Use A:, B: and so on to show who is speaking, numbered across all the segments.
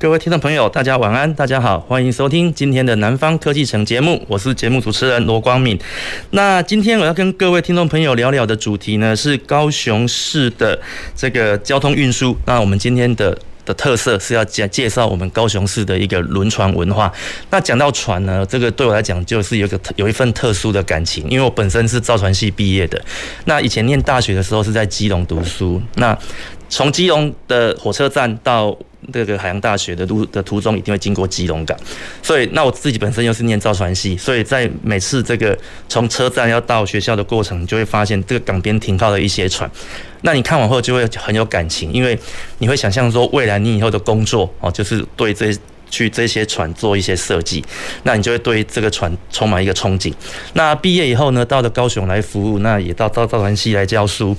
A: 各位听众朋友，大家晚安，大家好，欢迎收听今天的南方科技城节目，我是节目主持人罗光敏。那今天我要跟各位听众朋友聊聊的主题呢，是高雄市的这个交通运输。那我们今天的。的特色是要介介绍我们高雄市的一个轮船文化。那讲到船呢，这个对我来讲就是有一个特有一份特殊的感情，因为我本身是造船系毕业的。那以前念大学的时候是在基隆读书，那从基隆的火车站到这个海洋大学的路的途中，一定会经过基隆港。所以，那我自己本身又是念造船系，所以在每次这个从车站要到学校的过程，就会发现这个港边停靠的一些船。那你看完后就会很有感情，因为你会想象说未来你以后的工作哦，就是对这去这些船做一些设计，那你就会对这个船充满一个憧憬。那毕业以后呢，到了高雄来服务，那也到到造船系来教书。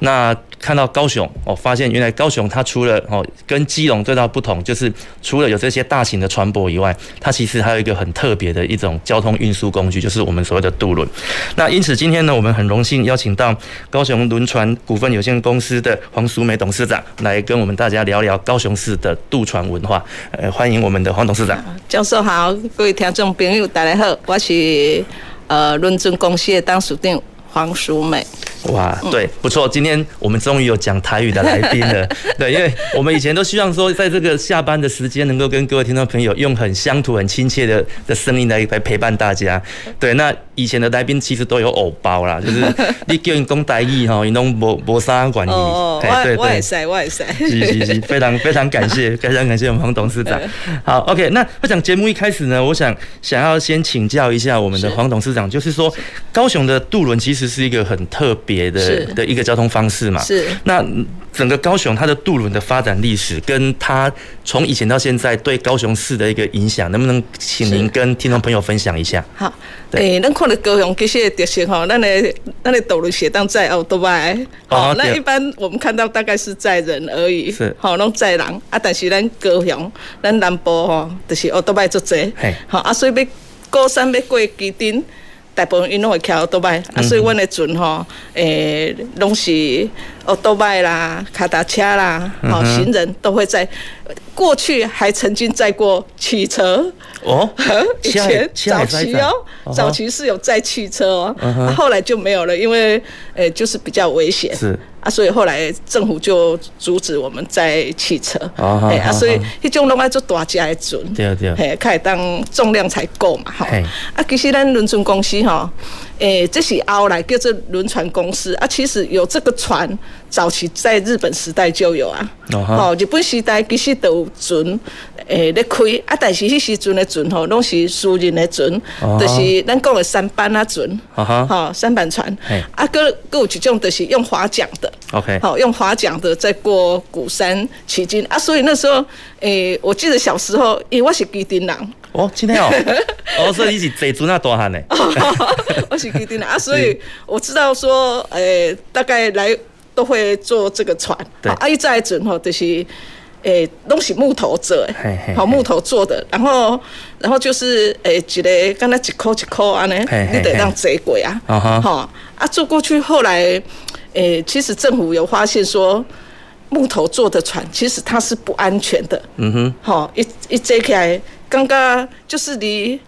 A: 那看到高雄，我、哦、发现原来高雄它除了哦跟基隆最大不同，就是除了有这些大型的船舶以外，它其实还有一个很特别的一种交通运输工具，就是我们所谓的渡轮。那因此今天呢，我们很荣幸邀请到高雄轮船股份有限公司的黄淑梅董事长来跟我们大家聊聊高雄市的渡船文化。呃，欢迎我们的黄董事长。
B: 教授好，各位听众朋友大家好，我是呃论证公司的董事长黄淑美。
A: 哇，
B: 嗯
A: 对，不错，今天我们终于有讲台语的来宾了。 对，因为我们以前都希望说，在这个下班的时间，能够跟各位听众朋友用很乡土、很亲切的的声音来来陪伴大家。对，那以前的来宾其实都有偶包啦， 就是你叫你讲台语吼，你拢无无啥管你。
B: 哦，
A: 哎
B: 我我也是，我也是。
A: 是是是，非常非常感 谢，非常感谢我们黄董事长。好，OK，那我想节目一开始呢，我想想要先请教一下我们的黄董事长，就是说高雄的渡轮其实是一个很特别的
B: 是
A: 的一个交通方式嘛。
B: 是
A: 那整个高雄它的渡轮的发展历史，跟它从以前到现在对高雄市的一个影响，能不能请您
B: 是
A: 跟听众朋友分享一下？
B: 好，
A: 对
B: 诶、咱看到高雄其实的特色吼，咱的咱的斗轮鞋当在后多拜，
A: 哦
B: 好，那
A: 对
B: 一般我们看到大概是载人而已，
A: 是
B: 好，拢载人啊，但是咱高雄，咱南部吼，就是后多拜足济
A: 嘿，
B: 好啊，所以要高山要过基顶。大部分因拢会骑奥多拜，啊，
A: 嗯
B: 所以阮的船吼，诶、拢是奥多拜啦、卡达车啦，
A: 嗯
B: 好、行人都会在。过去还曾经载过汽车，，
A: 哦
B: 以前早期哦，
A: 啊
B: 早期是有载汽车哦，
A: 嗯
B: 啊后来就没有了，因为呃就是比较危险，
A: 是
B: 啊，所以后来政府就阻止我们载汽车，
A: 哦
B: 哎
A: 哦
B: 啊，所以迄种拢爱做大只的船，
A: 对啊对
B: 嘿，较会当重量才够嘛，吼
A: 嘿，
B: 啊，其实咱轮船公司吼。诶、这是后来叫做轮船公司啊。其实有这个船，早期在日本时代就有啊。
A: 哦哈
B: 哦，日本时代其实都有船诶咧开，啊，但是迄时阵的船吼，拢是私人的船，
A: 哦
B: 就是咱讲的三板啊船，
A: 啊哈
B: 吼三板船
A: 嘿，
B: 啊，搁搁有一种就是用划桨的
A: OK 哦
B: 好、用划桨的在过鼓山取经啊，所以那时候诶、我记得小时候，因为我是基丁人。
A: 哦，今天哦，哦，所以你是坐船啊大汉呢？
B: 我是基丁人啊，所以我知道说，诶、大概来都会坐这个船。
A: 对
B: 好啊，一再准吼，就是。诶、拢是木头做
A: 嘿嘿
B: 诶，好木头做的，然后，然后就是诶、一个敢若一颗一颗安尼
A: 嘿嘿，
B: 你得让坐过啊
A: 啊哈，
B: 吼、啊，坐过去后来，诶、其实政府有发现说，木头做的船其实它是不安全的，嗯哼，好、一一坐起来，刚刚就是离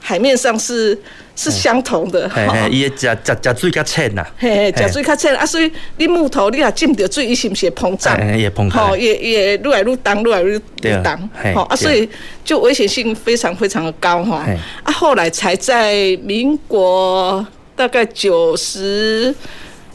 B: 海面上是是相同的，
A: 嘿
B: 吼
A: 嘿，伊食食食水较浅呐。
B: 嘿，嘿，食水较浅啊，所以你木头你若浸着水，伊是毋是会膨胀
A: 哎哎？也膨胀
B: 吼，也也愈来愈重，愈来愈
A: 对啊
B: 愈重
A: 嘿，
B: 吼啊，
A: 对
B: 所以就危险性非常非常的高哈
A: 嘿。
B: 啊，后来才在民国大概九十。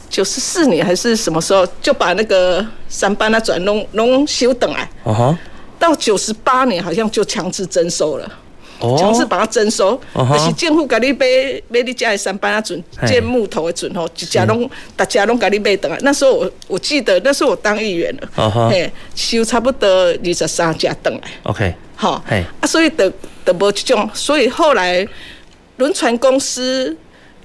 B: 九十四年还是什么时候，就把那个三班啊转弄弄修等来，
A: 哦哈，
B: 到九十八年好像就强制征收了。强制
A: 哦，
B: 把它征收，
A: 哦哈
B: 就是政府甲你买买你家的三班啊船
A: 嘿，
B: 这木头的船吼，一家拢大家拢甲你买倒来。那时候我我记得那时候我当议员
A: 哦哈
B: 了，嘿，收差不多二十三家倒来，
A: ，OK，
B: 吼
A: 嘿，
B: 啊，所以得都无这种，所以后来轮船公司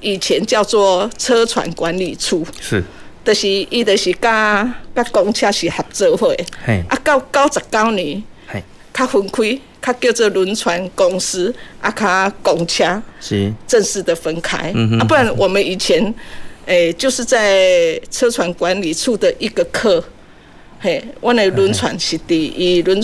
B: 以前叫做车船管理处，
C: 是，
B: 就是伊就是甲甲公车是合作伙的
C: 嘿，
B: 啊到九十九年
C: 嘿，
B: 较分开，较叫做轮船公司，啊较公车
C: 是，
B: 正式的分开，
C: 嗯哼
B: 啊不然我们以前诶、就是在车船管理处的一个课。嘿，我的轮船是第一轮，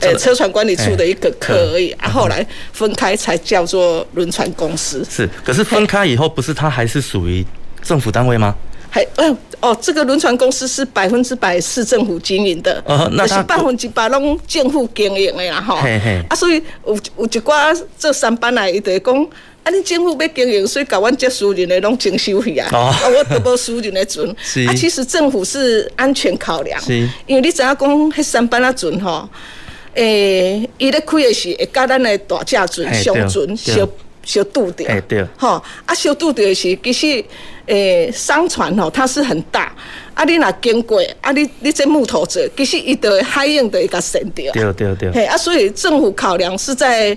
C: 哎
B: 呃，车船管理处的一个课而已。
C: 嗯
B: 啊，后来分开才叫做轮船公司。
C: 是，可是分开以后，不是它还是属于政府单位吗？
B: 还嗯哦，这个轮船公司是百分之百市政府经营的，
C: 哦那
B: 就是
C: 它
B: 百分之百拢政府经营的啦吼。
C: 嘿嘿
B: 啊，所以有有一寡做三班来，伊就会讲，啊，你政府要经营，所以甲阮这私人的拢征收去啊，
C: 哦
B: 啊，我都无私人的船。
C: 是
B: 啊，其实政府是安全考量，
C: 是
B: 因为你知影讲，迄三班啊船吼，诶、伊咧开的是会甲咱的大架船、
C: 嘿
B: 小
C: 对
B: 船、
C: 对
B: 小小渡着
C: 嘿对，
B: 吼、啊，小渡着是其实，诶、商船吼、它是很大，啊，你若经过，啊，你你这木头做，其实伊的海影就会甲沉掉，
C: 对对对，
B: 嘿，啊，所以政府考量是在，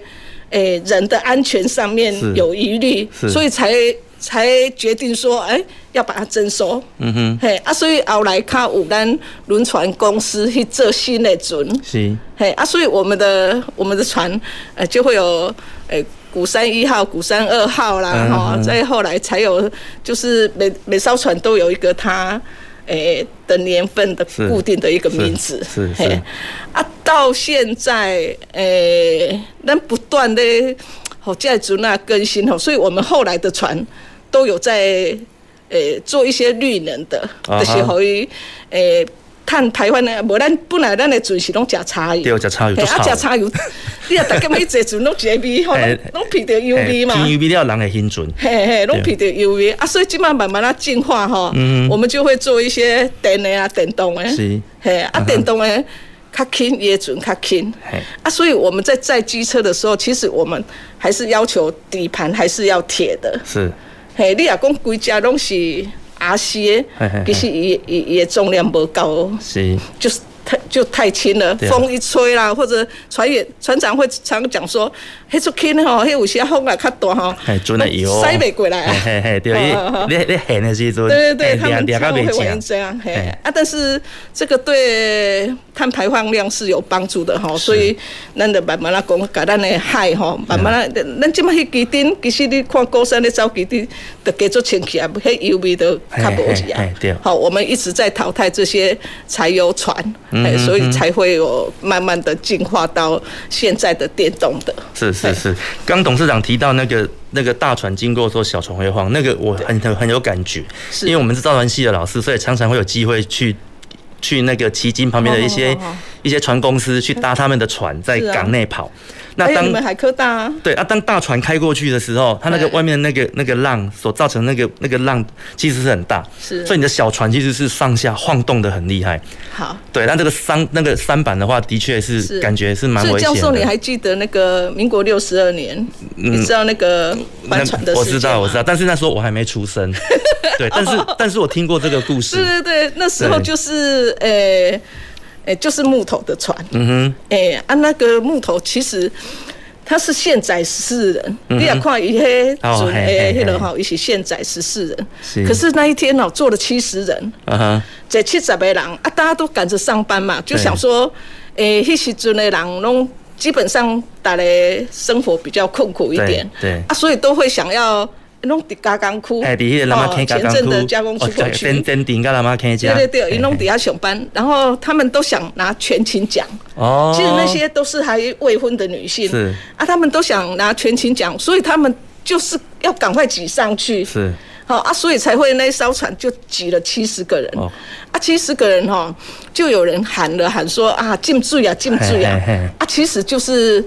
B: 诶、人的安全上面
C: 是
B: 有疑虑，
C: 是
B: 所以才才决定说，哎、要把它征收，嗯
C: 哼，
B: 嘿，啊，所以后来较有咱轮船公司去做新的船，
C: 是，
B: 嘿啊，所以我们的我们的船，呃，就会有呃古山一号、古山二号啦，
C: 嗯
B: 哈、
C: 嗯
B: 再后来才有，就是每每艘船都有一个它，诶、的年份的
C: 是
B: 固定的一个名字，
C: 是是
B: 嘿
C: 是
B: 啊，到现在，诶、咱不断的吼在族那更新吼，所以我们后来的船都有在。诶、做一些绿能的，
C: 啊哈
B: 就是互伊诶碳排放的，无咱本来咱的船是拢食柴油，
C: 对食柴油
B: 嘿
C: 足
B: 啊
C: 臭
B: 食柴油，你啊逐家每坐船拢一个味 吼，
C: 嘿
B: 拢拢闻到油味嘛。
C: 偏 U B 了人的心准，
B: 嘿嘿，拢
C: 对
B: 闻到油味啊，所以即慢慢慢啊进化吼，我们就会做一些电的啊、电动的，
C: 嗯是
B: 嘿啊，电动的较轻，也准较轻
C: 嘿，
B: 啊，所以我们在载机车的时候，其实我们还是要求底盘还是要铁的，
C: 是，
B: 嘿，你若讲规家拢是阿西的
C: 嘿嘿嘿，
B: 其实伊伊伊的重量无够，哦
C: 是，
B: 就是太就太轻了，
C: 对啊
B: 风一吹啦，或者船员船长会常讲说，迄出轻的吼，迄有些风啊较大吼
C: 嘿，，准的油，
B: 塞袂过 来啊
C: 嘿，嘿嘿，对，
B: 嗯嗯嗯
C: 你你你喊的时阵，
B: 对对对，
C: 嘿
B: 他们
C: 抓抓哎
B: 他
C: 到
B: 们
C: 袂
B: 会玩
C: 正
B: 这样，嘿
C: 嘿
B: 啊，但是这个对碳排放量是有帮助的吼，所以咱就慢慢啊讲，甲咱的海吼，慢慢啊，咱即摆迄基顶，其实你看高山咧走基顶，就加做清气啊，迄油味都较无去
C: 嘿嘿嘿
B: 啊
C: 哎对。
B: 好，我们一直在淘汰这些柴油船，
C: 嗯
B: 哎，所以才会有慢慢的进化到现在的电动的。
C: 是是
B: 嘿
C: 是，刚董事长提到那个那个大船经过的时候，小船会晃，那个我很很很有感觉，
B: 是
C: 因为我们是造船系的老师，所以常常会有机会去。去那个旗津旁边的一些
B: 哦哦哦哦嗯
C: 一些船公司去搭他们的船，在
B: 是啊
C: 港内跑。那
B: 还有
C: 当
B: 你们海科大啊，
C: 对啊，当大船开过去的时候，它那个
B: 对
C: 外面那个那个浪所造成那个那个浪其实是很大，
B: 是
C: 所以你的小船其实是上下晃动的很厉害。
B: 好。
C: 对，那这个三那个三板的话，的确是
B: 是
C: 感觉是蛮
B: 所
C: 危
B: 以
C: 险
B: 教
C: 的。嗯
B: 授，你还记得那个民国六十二年、你知道那个帆船的
C: 那我
B: 事件
C: 知道，我知
B: 道。
C: 道，但是那时候我还没出 生。对，但是但是我听过这个故
B: 对
C: 事。
B: 对对，那时候
C: 对
B: 就是呃呃、就是木头的船。嗯哼。诶、啊，那个木头其实。他是现载十四人，你也看伊迄
C: 嗯哦
B: 准
C: 嘿嘿
B: 诶，迄
C: 嘿
B: 个吼，伊是现载十四人
C: 是，
B: 可是那一天哦，坐了七十人，
C: 啊哈，
B: 这七十个人啊，大家都赶着上班嘛，就想说，诶，迄时阵的人拢基本上大家生活比较困苦一点，
C: 对对
B: 啊，所以都会想要弄伫加工区，哦
C: 哎，比迄个拉马坑加
B: 前
C: 工
B: 镇的
C: 区，哦
B: 加工区过去，
C: 真真顶个拉马坑
B: 对
C: 加，
B: 对对，伊弄底
C: 嘿嘿
B: 下上班，然后他们都想拿全勤奖。
C: 哦，
B: 其实那些都是还未婚的女性，
C: 是
B: 啊，他们都想拿全勤奖，所以他们就是要赶快挤上去，
C: 是
B: 好啊，所以才会那一艘船就挤了七十个人，
C: 哦
B: 啊，七十个人哈、哦，就有人喊了喊说啊，进水啊，进水啊
C: 嘿嘿嘿，
B: 啊，其实就是。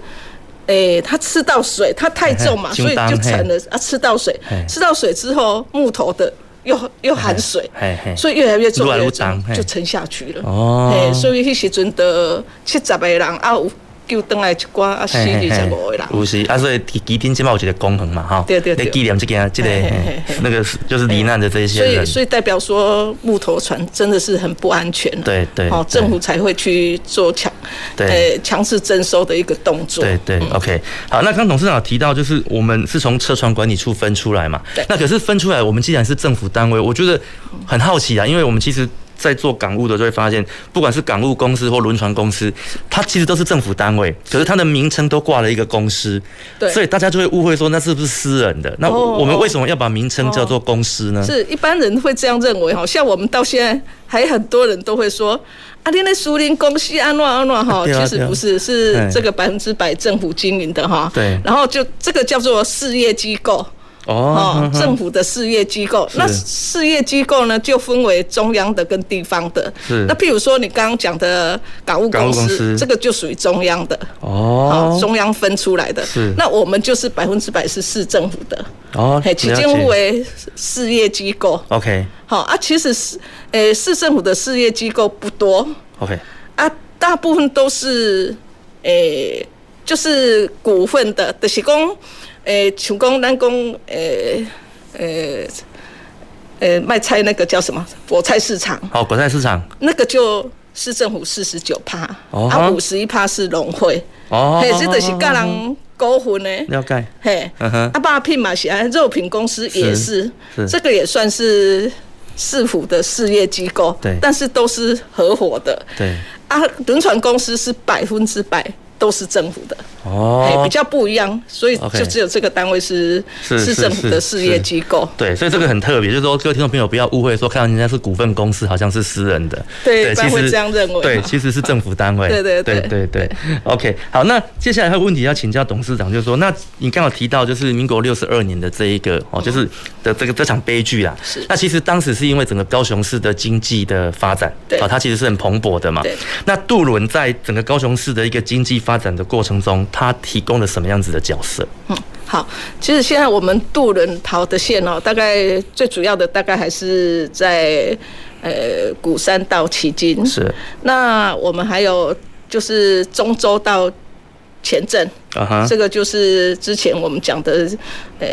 B: 诶、他吃到水，他太重嘛，
C: 嘿嘿
B: 所以就沉了啊！吃到水
C: 嘿，
B: 吃到水之后，木头的又又含水
C: 嘿嘿嘿，
B: 所以越来越重，
C: 越来越
B: 越来越重
C: 重嘿
B: 就沉下去了。
C: 哦
B: 嘿所以迄时阵的七十个人啊，有救倒来一寡啊死二十五个人。
A: 有是啊，所以基基丁即摆有一个功能嘛，哈，
B: 对对对
A: 来纪念这个这个
B: 嘿嘿嘿嘿
A: 那个是就是罹难的这些
B: 所以，
A: 人，
B: 所以代表说木头船真的是很不安全、啊，
A: 对对
B: 哦，
A: 对
B: 政府才会去做强，
A: 对
B: 呃，强制征收的一个动作，
A: 对对、o k 好，那刚董事长有提到，就是我们是从车船管理处分出来嘛
B: 对，
A: 那可是分出来，我们既然是政府单位，我觉得很好奇啊，因为我们其实。在做港务的就会发现，不管是港务公司或轮船公司，它其实都是政府单位，可是它的名称都挂了一个公司，
B: 对
A: 所以大家就会误会说那是不是私人的？那
B: 哦
A: 我们
B: 哦
A: 为什么要把名称叫做公司呢？
B: 是一般人会这样认为哈，像我们到现在还很多人都会说。啊，你那苏林公司安诺安诺哈，
A: 对啊
B: 其实不
A: 对
B: 是，
A: 啊
B: 是这个百分之百政府经营的哈。
A: 对
B: 然后就这个叫做事业机构
A: 哦，
B: 哦政府的事业机构。那事业机构呢，就分为中央的跟地方的。
A: 是
B: 那譬如说你刚刚讲的港务
A: 港务
B: 公
A: 公司
B: 司，这个就属于中央的。
A: 哦
B: 中央分出来的
A: 是。
B: 那我们就是百分之百是市政府的。
A: 哦
B: 嘿，旗
A: 了
B: 津
A: 解哦
B: 户为事业机构。
A: OK
B: 好啊，其实是，诶、市政府的事业机构不多
A: OK
B: 啊，大部分都是，诶、就是股份的，就是讲，诶、像讲咱讲，诶、诶、诶、卖菜那个叫什么？果菜市场，
A: 好，国泰市场
B: 那个就市政府四十九趴，
A: 哦
B: 啊，五十一趴是农会，
A: 哦
B: 嘿，这就是个人勾魂的。
A: 了解
B: 嘿，
A: 嗯哼
B: 啊，爸聘马西安肉品公司也是，
A: 是是
B: 这个也算是市府的事业机构，
A: 对
B: 但是都是合伙的，
A: 对
B: 啊，轮船公司是百分之百都是政府的，嘿
A: 哦
B: 比。较不一样，所以
A: OK
B: 就只有这个单位是
A: 是是
B: 政府的
A: 是
B: 事业
A: 是
B: 机构，
A: 对，所以这个很特别，就是说各位听众朋友不要误会，说看到人家是股份公司，好像是私人的，
B: 对一般会这样认为
A: 对，
B: 嘛
A: 其实是政府单位，
B: 对对
A: 对
B: 对
A: 对对 OK，好，那接下来还有问题要请教董事长，就是说，那你刚好提到就是民国六十二年的这一个哦，就是的这个这场悲剧啊，
B: 嗯是
A: 那其实当时是因为整个高雄市的经济的发展，
B: 对
A: 啊，它其实是很蓬勃的嘛，
B: 对
A: 那渡轮在整个高雄市的一个经济发展的过程中，它提供了什么样子的角色？
B: 嗯，好，其实现在我们渡轮跑的线哦，大概最主要的大概还是在呃鼓山到旗津，
A: 是，
B: 那我们还有就是中州到前镇，
A: 啊哈
B: 这个就是之前我们讲的，呃，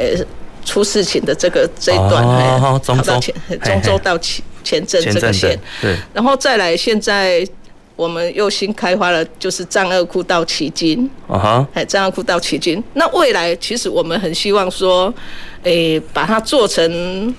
B: 出事情的这个这一段，
A: 哦
B: 嘿
A: 中州
B: 跑到前
A: 嘿嘿
B: 中州到前前镇
A: 前
B: 这
A: 阵
B: 个
A: 子
B: 线，
A: 对。
B: 然后再来现在我们又新开发了，就是藏二库到旗津，
A: 啊哈，
B: 哎，这样库到迄今。那未来其实我们很希望说，诶、把它做成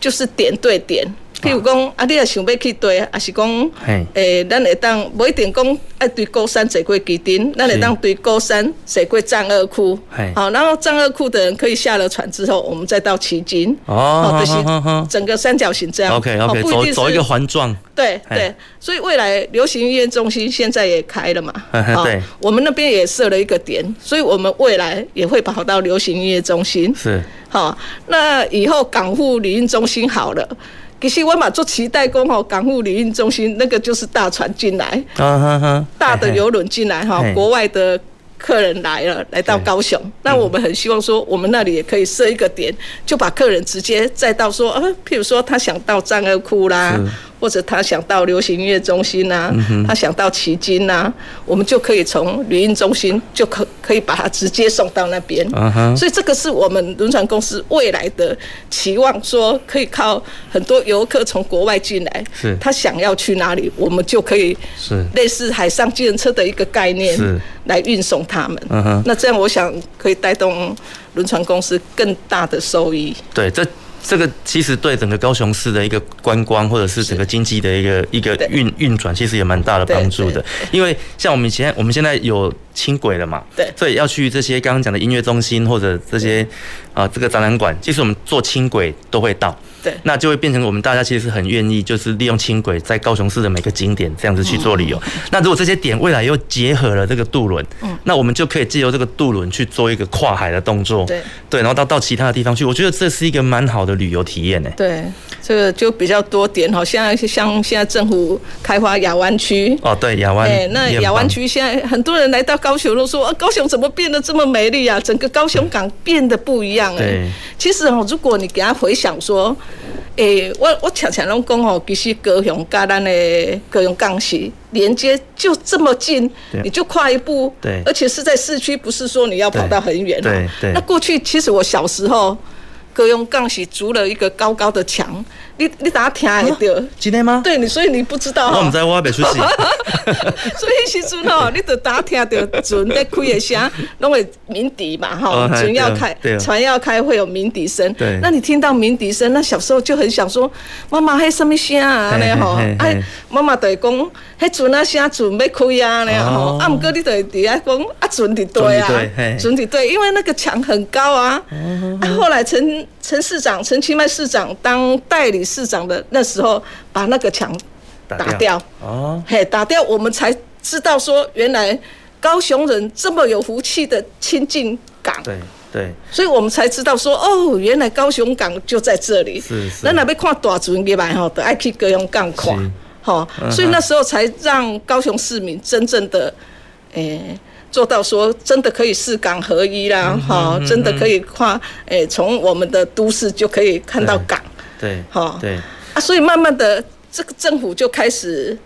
B: 就是点对点。譬如讲，啊，你也想要去对，啊是讲
A: 嘿，
B: 诶、咱会当不一定讲爱对高山坐过基丁，咱会当对高山坐过藏二库
A: 嘿。
B: 好，然后藏二库的人可以下了船之后，我们再到旗津。
A: 哦
B: 好
A: 好好好
B: 就是整个三角形这样。
A: OK
B: 好
A: OK，
B: 不
A: 走
B: 定是
A: 走一个环状，
B: 对
A: 哎
B: 对，所以未来流行医院中心现在也开 了嘛，哦
A: 嗯哼对
B: 我们那边也设了一个点，所以我们未来也会跑到流行医院中心。
A: 是
B: 好、那以后港沪旅运中心好了，其实我嘛做期待工哦，港沪旅运中心那个就是大船进来，
A: 啊哈哈，
B: 大的
A: 嘿嘿
B: 游轮进来哈
A: 嘿，嗯
B: 国外的客人来了，来到高雄，那我们很希望说，我们那里也可以设一个点，就把客人直接载到说，呃，譬如说他想到战二库啦
A: 是，嗯
B: 或者他想到流行音乐中心呐、他想到旗津呐、我们就可以从旅运中心就可可以把他直接送到那边。
A: 嗯哼
B: 所以这个是我们轮船公司未来的期望，说可以靠很多游客从国外进来，
A: 是
B: 他想要去哪里，我们就可以
A: 是
B: 类似海上计程车的一个概念
A: 是，
B: 来运送他们。
A: 嗯哼
B: 那这样我想可以带动轮船公司更大的收益。
A: 对这。这个其实对整个高雄市的一个观光，或者是整个经济的一个一个
B: 对
A: 运运转，其实也蛮大的帮助
B: 对
A: 的
B: 对。
A: 因为像我们以前我们现在有轻轨了嘛，
B: 对
A: 所以要去这些刚刚讲的音乐中心或者这些啊、这个展览馆，其实我们坐轻轨都会到。
B: 对
A: 那就会变成我们大家其实是很愿意，就是利用轻轨在高雄市的每个景点这样子去做旅游。
B: 嗯
A: 那如果这些点未来又结合了这个渡轮，那我们就可以借由这个渡轮去做一个跨海的动作，
B: 对
A: 然后到到其他的地方去。我觉得这是一个蛮好的旅游体验呢。
B: 对，这个就比较多点哈。现在像现在政府开发亚湾区。
A: 哦，对，亚湾，
B: 哎，那
A: 也很
B: 亚湾
A: 棒
B: 区现在很多人来到高雄都说，啊，高雄怎么变得这么美丽啊？整个高雄港变得不一样哎、
A: 对
B: 其实哦，如果你给他回想说，诶、我我常常拢讲哦吼，其实高雄甲咱的高雄港是连接就这么近
A: 对，
B: 你就跨一步，
A: 对
B: 而且是在市区，不是说你要跑到很远、哦。
A: 对对
B: 那过去其实我小时候，高雄港是筑了一个高高的墙，你你哪听得到？
A: 今天吗？，
B: 对你，所以你不知道、哦。
A: 啊我们在挖北出席。
B: 所以时 阵吼，你就打听到船在开的声，拢会鸣笛嘛吼
A: 哦，嗨
B: 船要
A: 对
B: 开
A: 对，
B: 船要开会有鸣笛声
A: 对。
B: 那你听到鸣笛声，那小时候就很想说，妈妈迄什么声啊
A: 嘿
B: 尼吼
A: 嘿嘿，
B: 哎
A: 嘿，
B: 妈妈就会讲，迄船啊声船要开啊尼
A: 哦
B: 吼，啊，毋过你就会伫遐讲啊船伫对啊
A: 船在对嘿，哦
B: 船伫对，因为那个墙很高啊。啊，后来陈陈市长陈其迈市长当代理市长的那时候，把那个墙
A: 打
B: 打
A: 掉
B: 掉。
A: 哦，
B: 嘿，打掉我们才知道说，原来高雄人这么有福气的亲近港，
A: 对对，
B: 所以我们才知道说，哦，原来高雄港就在这里。
A: 是是
B: 咱若要看大船入来吼，都爱去高雄港
A: 是
B: 看，吼、
A: 嗯哼
B: 所以那时候才让高雄市民真正的，诶、做到说真的可以市港合一
A: 嗯
B: 啦，哈、真的可以跨，诶、从我们的都市就可以看到
A: 对
B: 港，
A: 对，
B: 好
A: 对，
B: 啊，所以慢慢的，这个政府就开始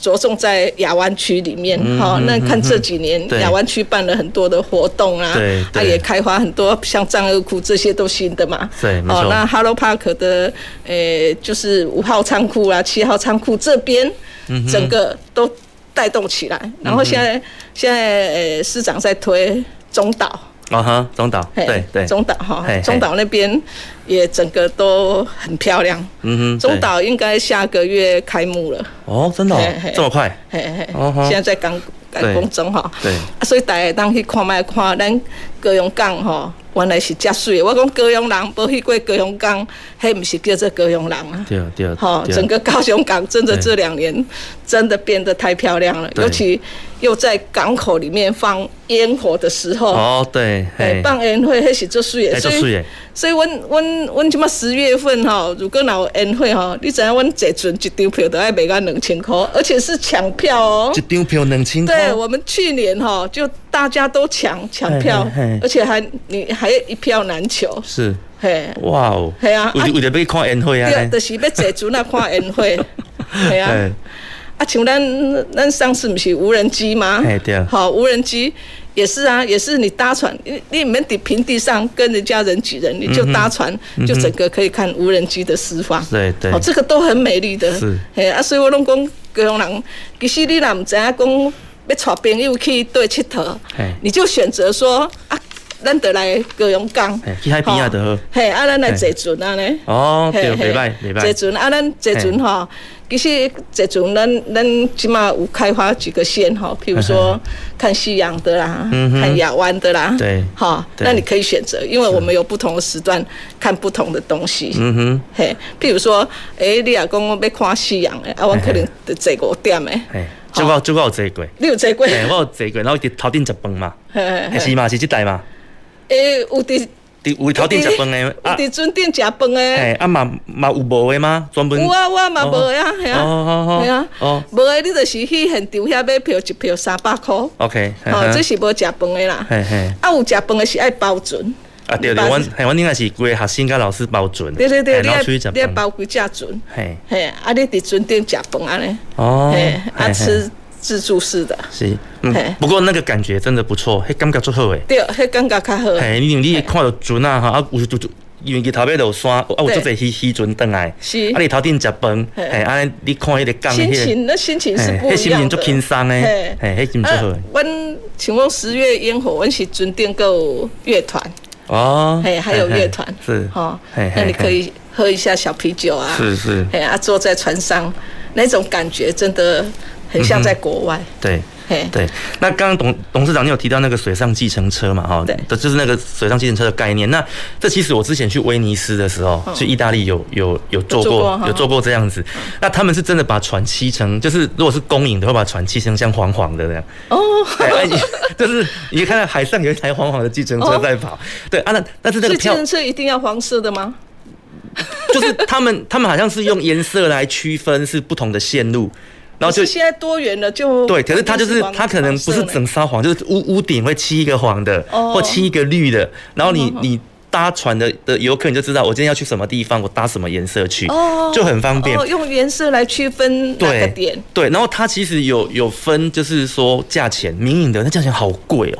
B: 着重在亚湾区里面
A: 嗯
B: 哈、那看这几年
A: 对
B: 亚湾区办了很多的活动啊
A: 对，
B: 啊
A: 对
B: 也开发很多像战二库这些都新的嘛。
A: 对没
B: 哦
A: 错，
B: 那 Hello Park 的呃就是五号仓库啊、七号仓库这边，
A: 嗯
B: 整个都带动起来。然后现在现在呃市长在推中岛。
A: 啊哈，中岛，
B: 嘿
A: 对对，
B: 中岛哈
A: 嘿嘿，
B: 中岛那边也整个都很漂亮。
A: 嗯哼，对
B: 中岛应该下个月开幕了，
A: 哦，真的哦
B: 嘿嘿
A: 这么快，
B: 嘿嘿
A: 哦吼，
B: 现在在港
A: 对
B: 港工中哈，
A: 对
B: 啊，所以大家当去看卖看咱高雄港吼，原来是遮水的。我讲高雄人无去过高雄港，迄毋是叫做高雄人啊。
A: 对对，
B: 吼，
A: 对
B: 整个高雄港真的
A: 对
B: 这两年真的变得太漂亮了，
A: 对
B: 尤其又在港口里面放烟火的时候，
A: 哦对，
B: 哎，放烟火迄是做水
A: 哎
B: 的，
A: 足
B: 所
A: 水
B: 以
A: 的
B: 所以阮阮阮即马十月份吼，如果若有烟火吼，你知影阮坐船一张票都要卖到两千块，而且是抢票哦
A: 一。张票两千块
B: 对，，我们去年哈就大家都抢抢
A: 嘿
B: 票
A: 嘿嘿，
B: 而且还你还一票难求，
A: 是，
B: 嘿，
A: 哇哦，
B: 嘿啊
A: 为
B: 啊
A: 为着要去看烟火啊
B: 对，就
A: 嘿，
B: 是要坐 船来看烟火，嘿啊
A: 嘿。
B: 啊，像咱咱上次不是无人机吗
A: 嘿对？
B: 好，无人机也是啊，也是你搭船，你你们得平地上跟人家人挤人，你就搭船，
A: 嗯
B: 就整个可以看无人机的释放。
A: 对对
B: 哦，这个都很美丽的。
A: 是
B: 嘿啊，所以我拢讲高雄人，其实你若毋知影讲要带朋友去对佚佗
A: 嘿，
B: 你就选择说啊，咱得来高雄港
A: 嘿，去海边啊就好
B: 哦嘿，啊，咱来坐船啊呢。
A: 哦对，
B: 嘿
A: 袂歹袂
B: 坐
A: 歹，
B: 船啊，咱坐船吼，其实坐船咱咱起码有开发几个线吼，譬如说看夕阳的啦，看亚湾的啦，
A: 嗯对
B: 哈，
A: 对
B: 那你可以选择，因为我们有不同的时段看不同的东西，嗯哼，嘿，譬如说，诶，你若讲我要看夕阳的，啊，我可能得坐五点的，
A: 嘿，这个这个有坐过，
B: 你有坐过？
A: 嘿，我有坐过，然后伫头顶食饭嘛，
B: 嘿
A: 嘿是嘛是即台嘛，
B: 诶，有伫
A: 伫有头顶食饭
B: 有
A: 的啊，
B: 伫准点食饭
A: 嘿
B: 的，
A: 啊嘛嘛有无的吗？专门
B: 有啊，我嘛无的啊，系
A: 哦哦哦
B: 啊，系啊
A: 哦，
B: 无的你就是去现场遐买票，一票三百块。
A: ，OK，嘿
B: 哦，这
A: 嘿
B: 是无食饭的啦
A: 嘿嘿。
B: 啊，有食饭的是爱包船。
A: 啊对对，
B: 你包
A: 阮嘿阮应该是规个学生甲老师包准，
B: 对对对，
A: 嘿
B: 你
A: 然
B: 爱
A: 后出去食
B: 你爱
A: 饭，
B: 包几只船。
A: 嘿，
B: 嘿，啊，你伫船顶食饭安尼。
A: 哦
B: 嘿，，
A: 嘿
B: 啊
A: 嘿
B: 吃自助式的，
A: 是，嗯
B: 嘿，
A: 不过那个感觉真的不错，迄感觉足好诶。
B: 对，迄感觉较好。
A: 嘿，你你看到船啊，哈，啊有有有，因为伊头尾就有山，啊有足
B: 对
A: 侪鱼鱼船登来，
B: 是
A: 啊你头顶食饭，
B: 嘿
A: 嘿，安尼你看迄个港的那
B: 心
A: 个
B: 情，那心情是
A: 嘿
B: 不一样
A: 那
B: 的。
A: 心情足轻松的
B: 嘿
A: 嘿那心情足好的
B: 啊阮像阮十月烟火，阮是准点有乐团，
A: 哦，
B: 嘿，还有乐团
A: 嘿是，
B: 哦
A: 嘿嘿，
B: 那你可以喝一下小啤酒啊，
A: 是是
B: 嘿啊，坐在船上，那种感觉真的很像
A: 嗯
B: 在国外。
A: 对。
B: 嘿
A: 对，那刚刚董董事长你有提到那个水上计程车嘛，哈，
B: 对
A: 这就是那个水上计程车的概念。那这其实我之前去威尼斯的时候，去意大利有有有做
B: 嗯有做过
A: 过，
B: 哈
A: 有做过这样子。那他们是真的把船漆成，就是如果是公营的，会把船漆成像黄黄的那样。
B: 哦，
A: 对，啊你就是你看到海上有一台黄黄的计程车在跑，对啊，那但是那个
B: 哦是计
A: 票
B: 程车一定要黄色的吗？
A: 就是他们他们好像是用颜色来区分是不同的线路，然后就
B: 可是现在多元了就
A: 哦对，可是它就是
B: 黄
A: 它可能不是整
B: 黄色
A: 艘黄，就是屋屋顶会漆一个黄的，
B: 哦嗯
A: 或漆一个绿的，然后你你。搭船的的游客，你就知道我今天要去什么地方，我搭什么颜色去，
B: 哦，
A: 就很方便
B: 哦，。用颜色来区分哪个
A: 对
B: 点，
A: 对，然后它其实有有分，就是说价钱，民营的那价钱好贵哦，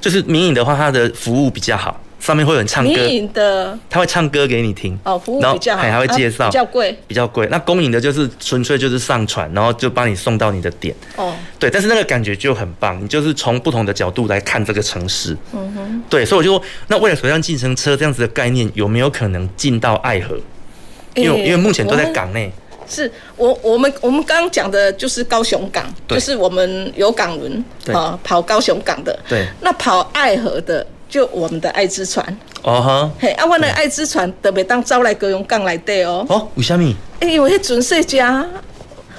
A: 就是民营的话，它的服务比较好，上面会有人唱
B: 迷
A: 歌，
B: 影的
A: 他会唱歌给你听
B: 哦，服务
A: 然后
B: 比较好，
A: 还还会介绍、
B: 啊比较贵
A: 比较贵。那公营的就是纯粹就是上船，然后就帮你送到你的点。
B: 哦。
A: 对，但是那个感觉就很棒，你就是从不同的角度来看这个城市。嗯哼，对，所以我就说，那为了水上计程车这样子的概念，有没有可能进到爱河？因为、
B: 诶
A: 因为目前都
B: 我
A: 在
B: 们
A: 港内。
B: 是我我们我们刚刚讲的就是高雄港，
A: 对
B: 就是我们有港轮
A: 对
B: 啊跑高雄港的，
A: 对
B: 那跑爱河的就我们的爱之船，
A: 哦哈，
B: 嘿，啊，我那爱之船特别当招来高雄港来底哦，
A: 哦，为什么？
B: 诶因为迄阵世啊家，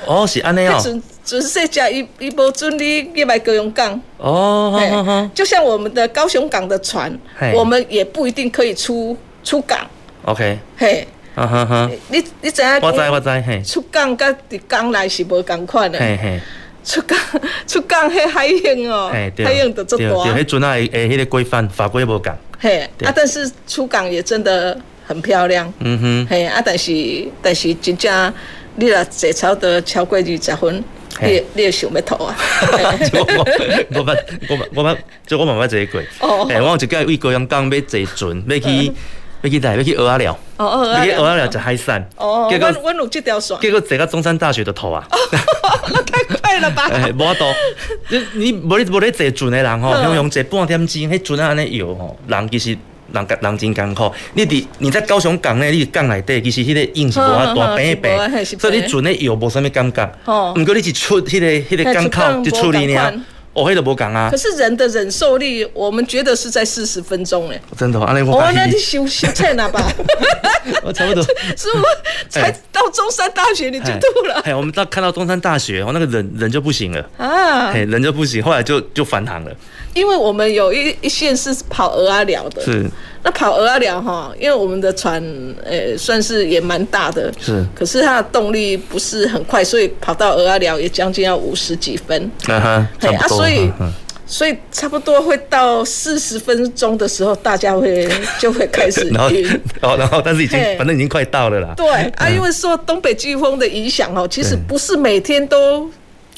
A: 哦，是安内
B: 迄
A: 哦。
B: 阵阵世家伊伊无准你入来高雄港，
A: 哦，哈
B: 嘿
A: 哈哈，
B: 就像我们的高雄港的船
A: 嘿，
B: 我们也不一定可以出出港，
A: ，OK，
B: 嘿，
A: 啊哈哈，
B: 你你知影？
A: 我知我知，嘿，
B: 出港甲伫港内是无共款的。
A: 嘿嘿，
B: 出港 出港迄海影哦、
A: 嘿，哎对，啊
B: 海影就足
A: 对，
B: 大
A: 对，迄，阵啊，诶，诶迄个规范法规无共。
B: 嘿，
A: 对
B: 啊，但是出港也真的很漂亮，
A: 嗯哼，
B: 嘿，啊，但是但是真正你若坐超得超过二十分，
A: 嘿
B: 你会你会想要吐 啊，嘿
A: 就我我捌我捌我捌，就我嘛捌坐过。
B: 哦
A: 诶，我有一届为高阳港要坐船，要去要去台，要去蚵仔寮，
B: 哦哦
A: 要去蚵
B: 啊，
A: 仔寮食海产。
B: 哦，
A: 结
B: 阮
A: 果
B: 阮有这条线，
A: 结果坐到中山大学就吐啊！
B: 太快了吧？
A: 诶，无法度，你你无你无咧坐船的人吼，
B: 嗯
A: 通常坐半点钟，迄船啊安尼摇吼，人其实。人人真艰苦，你伫你在高雄港咧，你港内底其实迄个硬是无法
B: 嗯嗯
A: 大
B: 嗯
A: 平一
B: 是无啊嘿
A: 平，
B: 是
A: 所以
B: 平
A: 你船咧摇无啥物感觉。
B: 哦
A: 毋过你一出迄个迄个
B: 嘿
A: 港
B: 出港
A: 口一出
B: 无
A: 哩
B: 同
A: 尔
B: 款，
A: 哦，迄就无共啊
B: 可，是人的忍受力，我们觉得是在四十分钟哎，
A: 真的哦，安尼我
B: 哦
A: 感，
B: 那你
A: 觉
B: 休休欠了吧？
A: 我差不多。
B: 是不是才
A: 哎
B: 到中山大学你就 吐了
A: 哎，我们到看到中山大学，哦，那个人人就不行了，
B: 啊？
A: 哎，人就不行，后来就就返航了，
B: 因为我们有一一线是跑鹅啊寮的，
A: 是
B: 那跑鹅啊寮哈，因为我们的船呃算是也蛮大的，
A: 是
B: 可是它的动力不是很快，所以跑到鹅啊寮也将近要五十几分，
A: 啊哈，
B: 对
A: 差
B: 啊，
A: 不多。
B: 所以
A: 嗯嗯
B: 所以差不多会到四十分钟的时候，大家 会就会开始
A: 然后
B: 晕。，
A: 哦，然后，但是已经
B: 嘿，
A: 反正已经快到了啦。
B: 对啊，因为受东北季风的影响哦，其实
A: 嗯对哎
B: 不是每天都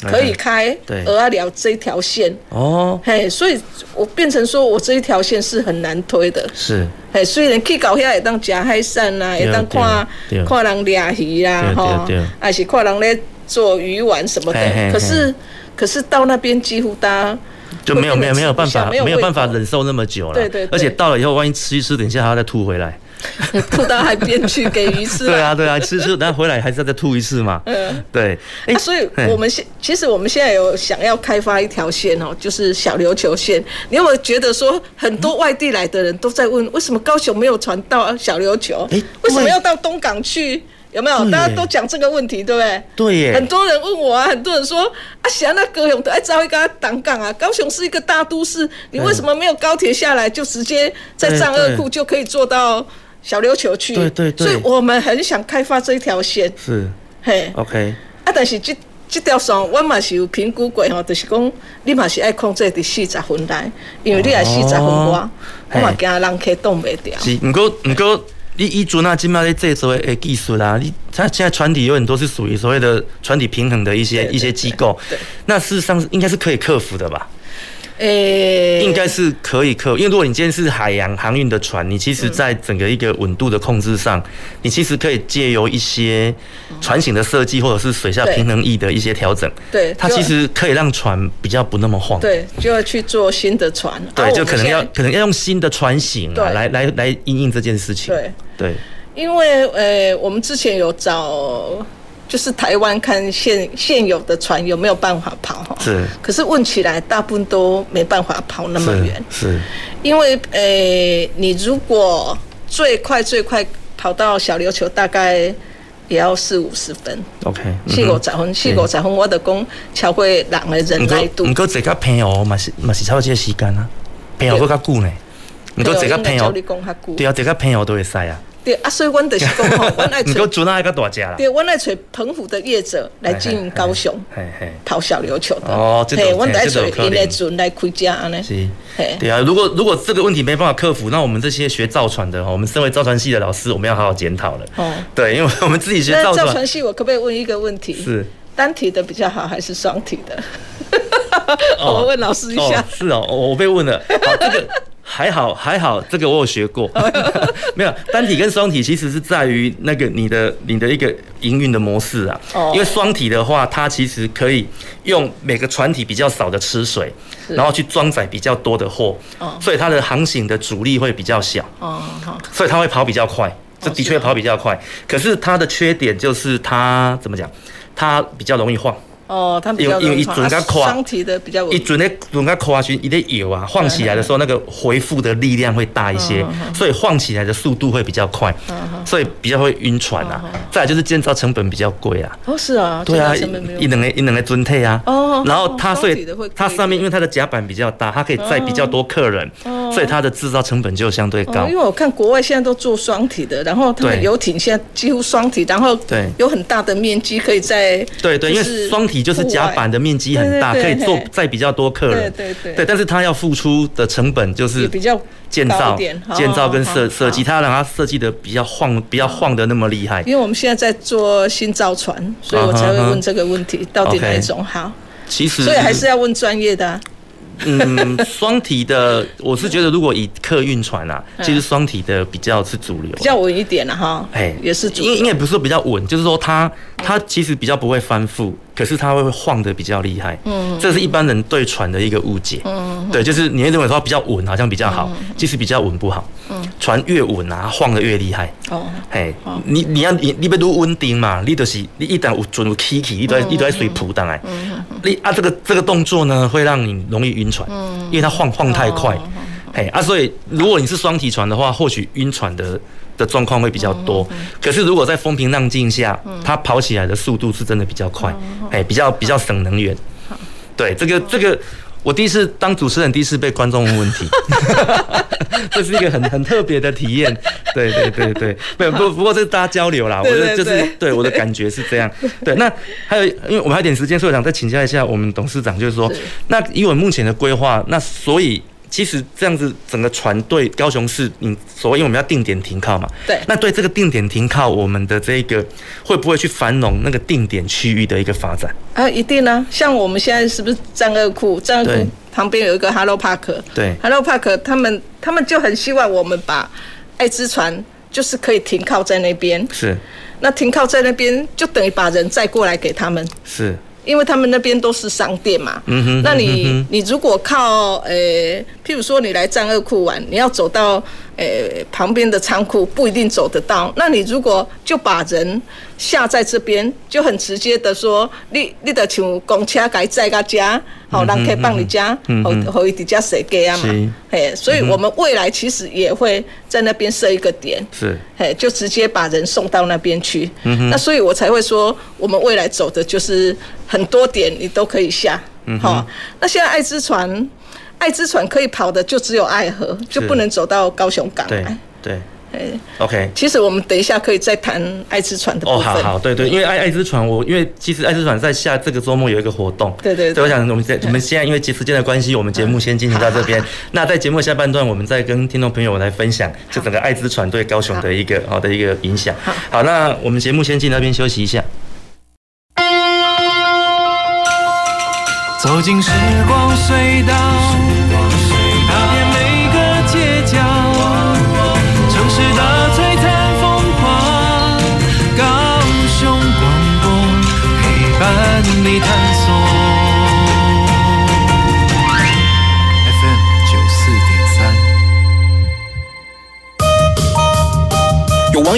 B: 可以开
A: 对
B: 鹅啊寮这一条线，
A: 哦，
B: 嘿，所以我变成说我这一条线是很难推的，
A: 是，
B: 嘿，虽然去到遐会当食海产啦，
A: 对
B: 会当看
A: 对
B: 看人掠鱼啦
A: 对，
B: 吼
A: 对对，
B: 还是看人咧做鱼丸什么
A: 嘿嘿嘿
B: 的。可是可是到那边几乎大家
A: 就没有
B: 会
A: 没有没
B: 变得
A: 有
B: 吃不
A: 办
B: 下
A: 法，
B: 没
A: 没有
B: 胃
A: 办法
B: 口
A: 忍受那么久了。
B: 对对对
A: 而且到了以后，万一吃一吃，等一下还要再吐回来。
B: 吐到海边去给鱼吃。
A: 对啊，对啊， 吃吃，然后回来还是要再吐一次嘛。
B: 嗯
A: 对，哎
B: 啊，所以我们现其实我们现在有想要开发一条线哦，就是小琉球线。你有没有觉得说很多外地来的人都在问，为什么高雄没有船到小琉球
A: 诶？
B: 为什么
A: 对
B: 要到东港去？有没有
A: 哎对？
B: 大家
A: 耶
B: 都讲这个问题，对不对？
A: 对耶
B: 很多人问我啊，很多人说啊，想那高雄的哎，才会跟他挡港啊。高雄是一个大都市，你为什么没有高铁下来，就直接在
A: 对
B: 丈二
A: 对
B: 库就可以坐到小琉球去？
A: 对对对
B: 所以我们很想开发这一条线，
A: 是
B: 嘿。
A: OK，
B: 啊，但是这这条线我嘛是有评估过吼，就是讲你嘛是爱控制伫四十分内，因为你若四十分
A: 哦
B: 外，我嘛
A: 嘿
B: 惊人客挡袂牢。
A: 是，不过不过，你以前啊，今麦在这所谓的技术啦，你它现在船体有很多是属于所谓的船体平衡的一些
B: 对对
A: 一些机构
B: 对对，
A: 那事实上应该是可以克服的吧？
B: 诶、
A: 应该是可以克服，因为如果你今天是海洋航运的船，你其实在整个一个稳度的控制上，你其实可以借由一些船型的设计，或者是水下
B: 对
A: 平衡翼的一些调整，
B: 对
A: 它
B: 就
A: 其实可以让船比较不那么晃。
B: 对，就要去做新的船。啊
A: 对，就可能。
B: 我
A: 要
B: 们现在
A: 可能要用新的船型啊，
B: 对
A: 来来来应应这件事情。
B: 对
A: 对，
B: 因为呃，我们之前有找，就是台湾看现现有的船有没有办法跑哈。
A: 是
B: 可是问起来，大部分都没办法跑那么
A: 是
B: 远。
A: 是
B: 因为呃，你如果最快最快跑到小琉球，大概也要四五十分，
A: ，OK 嗯哼。
B: 四五十分，四五十分，我得讲超过人的忍
A: 毋
B: 耐
A: 过
B: 度
A: 毋。过坐较平哦，嘛是嘛是差不多这个时间啊，平哦搁较久呢。毋过坐较平
B: 对我应该照
A: 哦
B: 你，讲较久
A: 对啊，坐较平哦都会使啊。
B: 对啊，所以阮就是讲吼，阮爱
A: 唔够
B: 找，
A: 准啊，一个大家啦
B: 对，。阮爱找澎湖的业者
A: 哎
B: 来哎进高雄
A: 嘿嘿嘿
B: 讨小琉球的。
A: 哦这种
B: 嘿阮就爱
A: 这
B: 找
A: 种可能
B: 因的船来开家安尼。
A: 是
B: 嘿，
A: 对啊，如果如果这个问题没办法克服，那我们这些学造船的，哦我们身为造船系的老师，我们要好好检讨了。
B: 哦
A: 对，因为我们自己学
B: 那
A: 造
B: 造
A: 船
B: 船，系，我可不可以问一个问题？
A: 是
B: 单体的比较好还是双体的？
A: 哦
B: 我问老师一
A: 哦
B: 下。，
A: 是哦，我我被问了，好，这 个还好还好，这个我有学过，
B: 哦
A: 没有单体跟双体其实是在于那个你的你的一个营运的模式啊，
B: 哦
A: 因为双体的话，它其实可以用每个船体比较少的吃水，
B: 是
A: 然后去装载比较多的货，所以它的航行的阻力会比较小。
B: 哦，好，
A: 所以它会跑比较快，
B: 哦
A: 这的
B: 啊
A: 确跑比较快。可是它的缺点就是它怎么讲，它比较容易晃。
B: 哦，他们比较
A: 因为因为
B: 容易
A: 它船较
B: 晃
A: 宽
B: 啊双体的比较稳
A: 一准在准在跨去，一定有啊，晃起来的时候那个回复的力量会大一
B: 嗯
A: 些，所以晃起来的速度会比较快，所以比较会晕船啊。
B: 嗯
A: 再来就是建造成本比较贵啊，
B: 哦，是啊，
A: 对啊，
B: 这个成本没有
A: 一一两个一两个尊退啊，
B: 哦
A: 然后它
B: 哦
A: 所
B: 双体
A: 以
B: 的会贵
A: 它
B: 一
A: 上面
B: 点嗯
A: 因为它的甲板比较大，它可以载比较多客人，所以它的制造成本就相对
B: 哦
A: 高
B: 因。为我看国外现在都做双体的，然后他们
A: 对
B: 游艇现在几乎双体，然后
A: 对
B: 有很大的面积可以在
A: 对对，因
B: 就
A: 为
B: 是
A: 双体就是甲板的面积很大，
B: 户外
A: 可以
B: 对对对
A: 坐载比较多客人。
B: 对对对
A: 但是它要付出的成本就
B: 户外
A: 是
B: 也比较
A: 建
B: 高
A: 造
B: 一点、
A: 建造跟
B: 好
A: 设
B: 好
A: 设计，
B: 好
A: 它要让它设计的比较晃，比较晃的那么厉害。
B: 因为我们现在在做新造船，所以我才会
A: 啊哈哈
B: 问这个问题，到底
A: OK
B: 哪一种好？
A: 其实
B: 所以还是要问专业的啊。
A: 嗯，双体的，我是觉得如果以客运船啊，
B: 嗯
A: 其实双体的比较是主流，
B: 比较稳一点了哈，
A: 哎，
B: 也是主
A: 因因为不是说比较稳，就是说它它其实比较不会翻覆，可是它会晃的比较厉害。嗯，这是一般人对船的一个误解。嗯，对，就是你会认为说它比较稳好像比较好，其实比较稳不好。嗯，船越稳啊，晃的越厉害。
B: 哦，
A: 嘿，你你要你你要愈稳定嘛，你就是你一旦有准有起起，你都要你都要随扑上来。你啊这个这个动作呢，会让你容易晕船，因为它晃晃太快。嘿啊，所以如果你是双体船的话，或许晕船的的状况会比较多。可是如果在风平浪静下，它跑起来的速度是真的比较快，哎，比较比较省能源。对，这个这个。我第一次当主持人，第一次被观众问问题， 这是一个很很特别的体验。对对对对，没有不不过这是大家交流啦，我
B: 对
A: 的
B: 对
A: 就是
B: 对
A: 对我的感觉是这 样。对，那还有，因为我们还有点时间，所以我想再请教一下我们董事长，就是说，那以我们目前的规划，那所以。其实这样子，整个船队高雄市，你所谓因为我们要定点停靠嘛，
B: 对
A: 那对这个定点停靠，我们的这个会不会去繁荣那个定点区域的一个发展？
B: 啊，一定啊！像我们现在是不是战二库？战二
A: 对
B: 库旁边有一个 Hello Park，
A: 对
B: ，Hello Park，他们他们就很希望我们把爱之船就是可以停靠在那边，
A: 是
B: 那停靠在那边就等于把人载过来给他们，
A: 是，
B: 因为他们那边都是商店嘛。嗯
A: 哼
B: 那你、你如果靠呃，譬如说你来战二库玩，你要走到呃旁边的仓库，不一定走得到。那你如果就把人下在这边，就很直接的说，你你得请公车改载到家，好、
A: 嗯
B: 人可以帮你家，好好一底家谁给啊
A: 是嗯
B: 嘛。嘿，所以我们未来其实也会在那边设一个点。
A: 是
B: 哎，就直接把人送到那边去。
A: 嗯
B: 那所以我才会说，我们未来走的就是很多点你都可以下。
A: 嗯
B: 好、那现在爱之船，爱之船可以跑的就只有爱河，就不能走到高雄港
A: 对
B: 来。
A: 对
B: 哎，
A: ，OK。
B: 其实我们等一下可以再谈爱之船的部
A: 哦，
B: 分。
A: 好好，对对，因为爱爱之船，我因为其实爱之船在下这个周末有一个活动，
B: 对对对
A: 所以我想我们在我们现在因为时间的关系，我们节目先进行到这 边。那在节目下半段，我们再跟听众朋友来分享这整个爱之船对高雄的一个好的一个影响。好，那我们节目先进到这边休息一下。
D: 走进时光隧道，踏遍每个街角，城市的璀璨风狂，高雄广播陪伴你探索。FM 九四点三。
E: 有网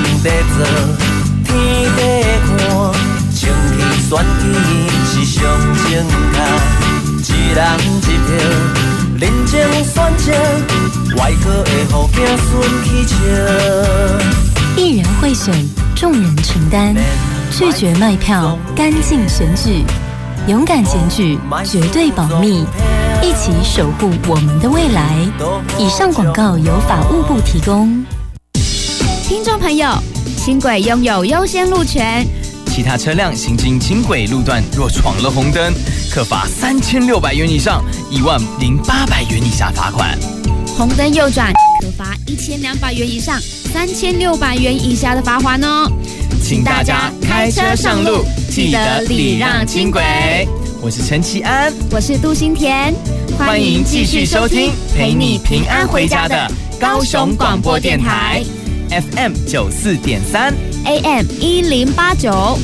F: 人在做，天在看，清气选气是上正确，一人一票，人情选择，外国会好子孙去笑。
G: 一人贿选，众人承担，拒绝卖票，干净选举，勇敢检举，绝对保密，一起守护我们的未来。以上广告由法务部提供。
H: 听众朋友，轻轨拥有优先路权，
I: 其他车辆行经轻轨路段若闯了红灯，可罚三千六百元以上一万零八百元以下罚款。
H: 红灯右转可罚一千两百元以上三千六百元以下的罚款哦。
I: 请大家开车上路，记得礼让轻轨。我是陈其安，
H: 我是杜新田，
I: 欢迎继续收听陪你平安回家的高雄广播电台。FM 九四点三
H: ，AM 一零八九。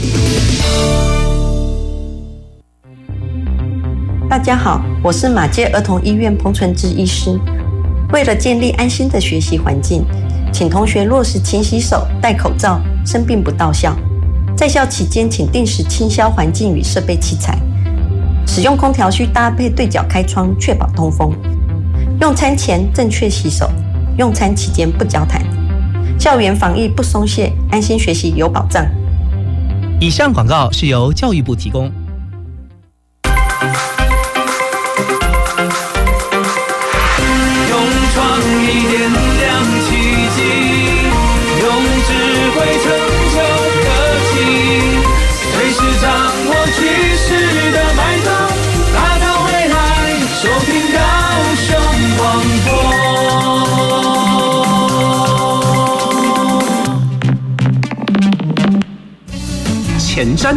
J: 大家好，我是马街儿童医院彭纯志医师。为了建立安心的学习环境，请同学落实勤洗手、戴口罩，生病不到校。在校期间，请定时清消环境与设备器材。使用空调需搭配对角开窗，确保通风。用餐前正确洗手，用餐期间不交谈。校园防疫不松懈，安心学习有保障。
K: 以上广告是由教育部提供。
L: 用创意点亮奇迹，用智慧成就科技，随时掌握趋势的脉动，打造未来，收听高雄广播。
D: 前瞻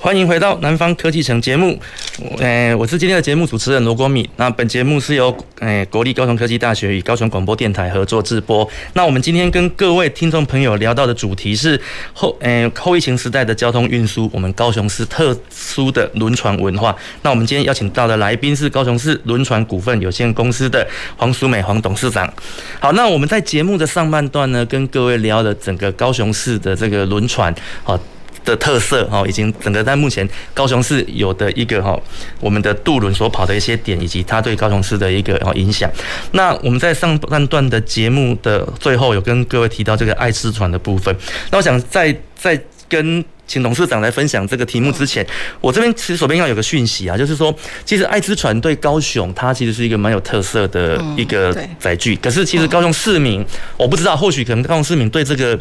C: 欢迎回到南方科技城节目，呃，我是今天的节目主持人罗国敏。那本节目是由呃国立高雄科技大学与高雄广播电台合作制播。那我们今天跟各位听众朋友聊到的主题是后呃后疫情时代的交通运输，我们高雄市特殊的轮船文化。那我们今天邀请到的来宾是高雄市轮船股份有限公司的黄淑美黄董事长。好，那我们在节目的上半段呢，跟各位聊了整个高雄市的这个轮船，好、的特色哈，已经整个在目前高雄市有的一个哈，我们的渡轮所跑的一些点，以及它对高雄市的一个哦影响。那我们在上半段的节目的最后有跟各位提到这个爱之船的部分，那我想在在跟。请董事长来分享这个题目之前，我这边其实手边要有个讯息啊，就是说，其实爱之船对高雄它其实是一个蛮有特色的一个
B: 嗯对
C: 载具，可是其实高雄市民，我不知道，或许可能高雄市民对这个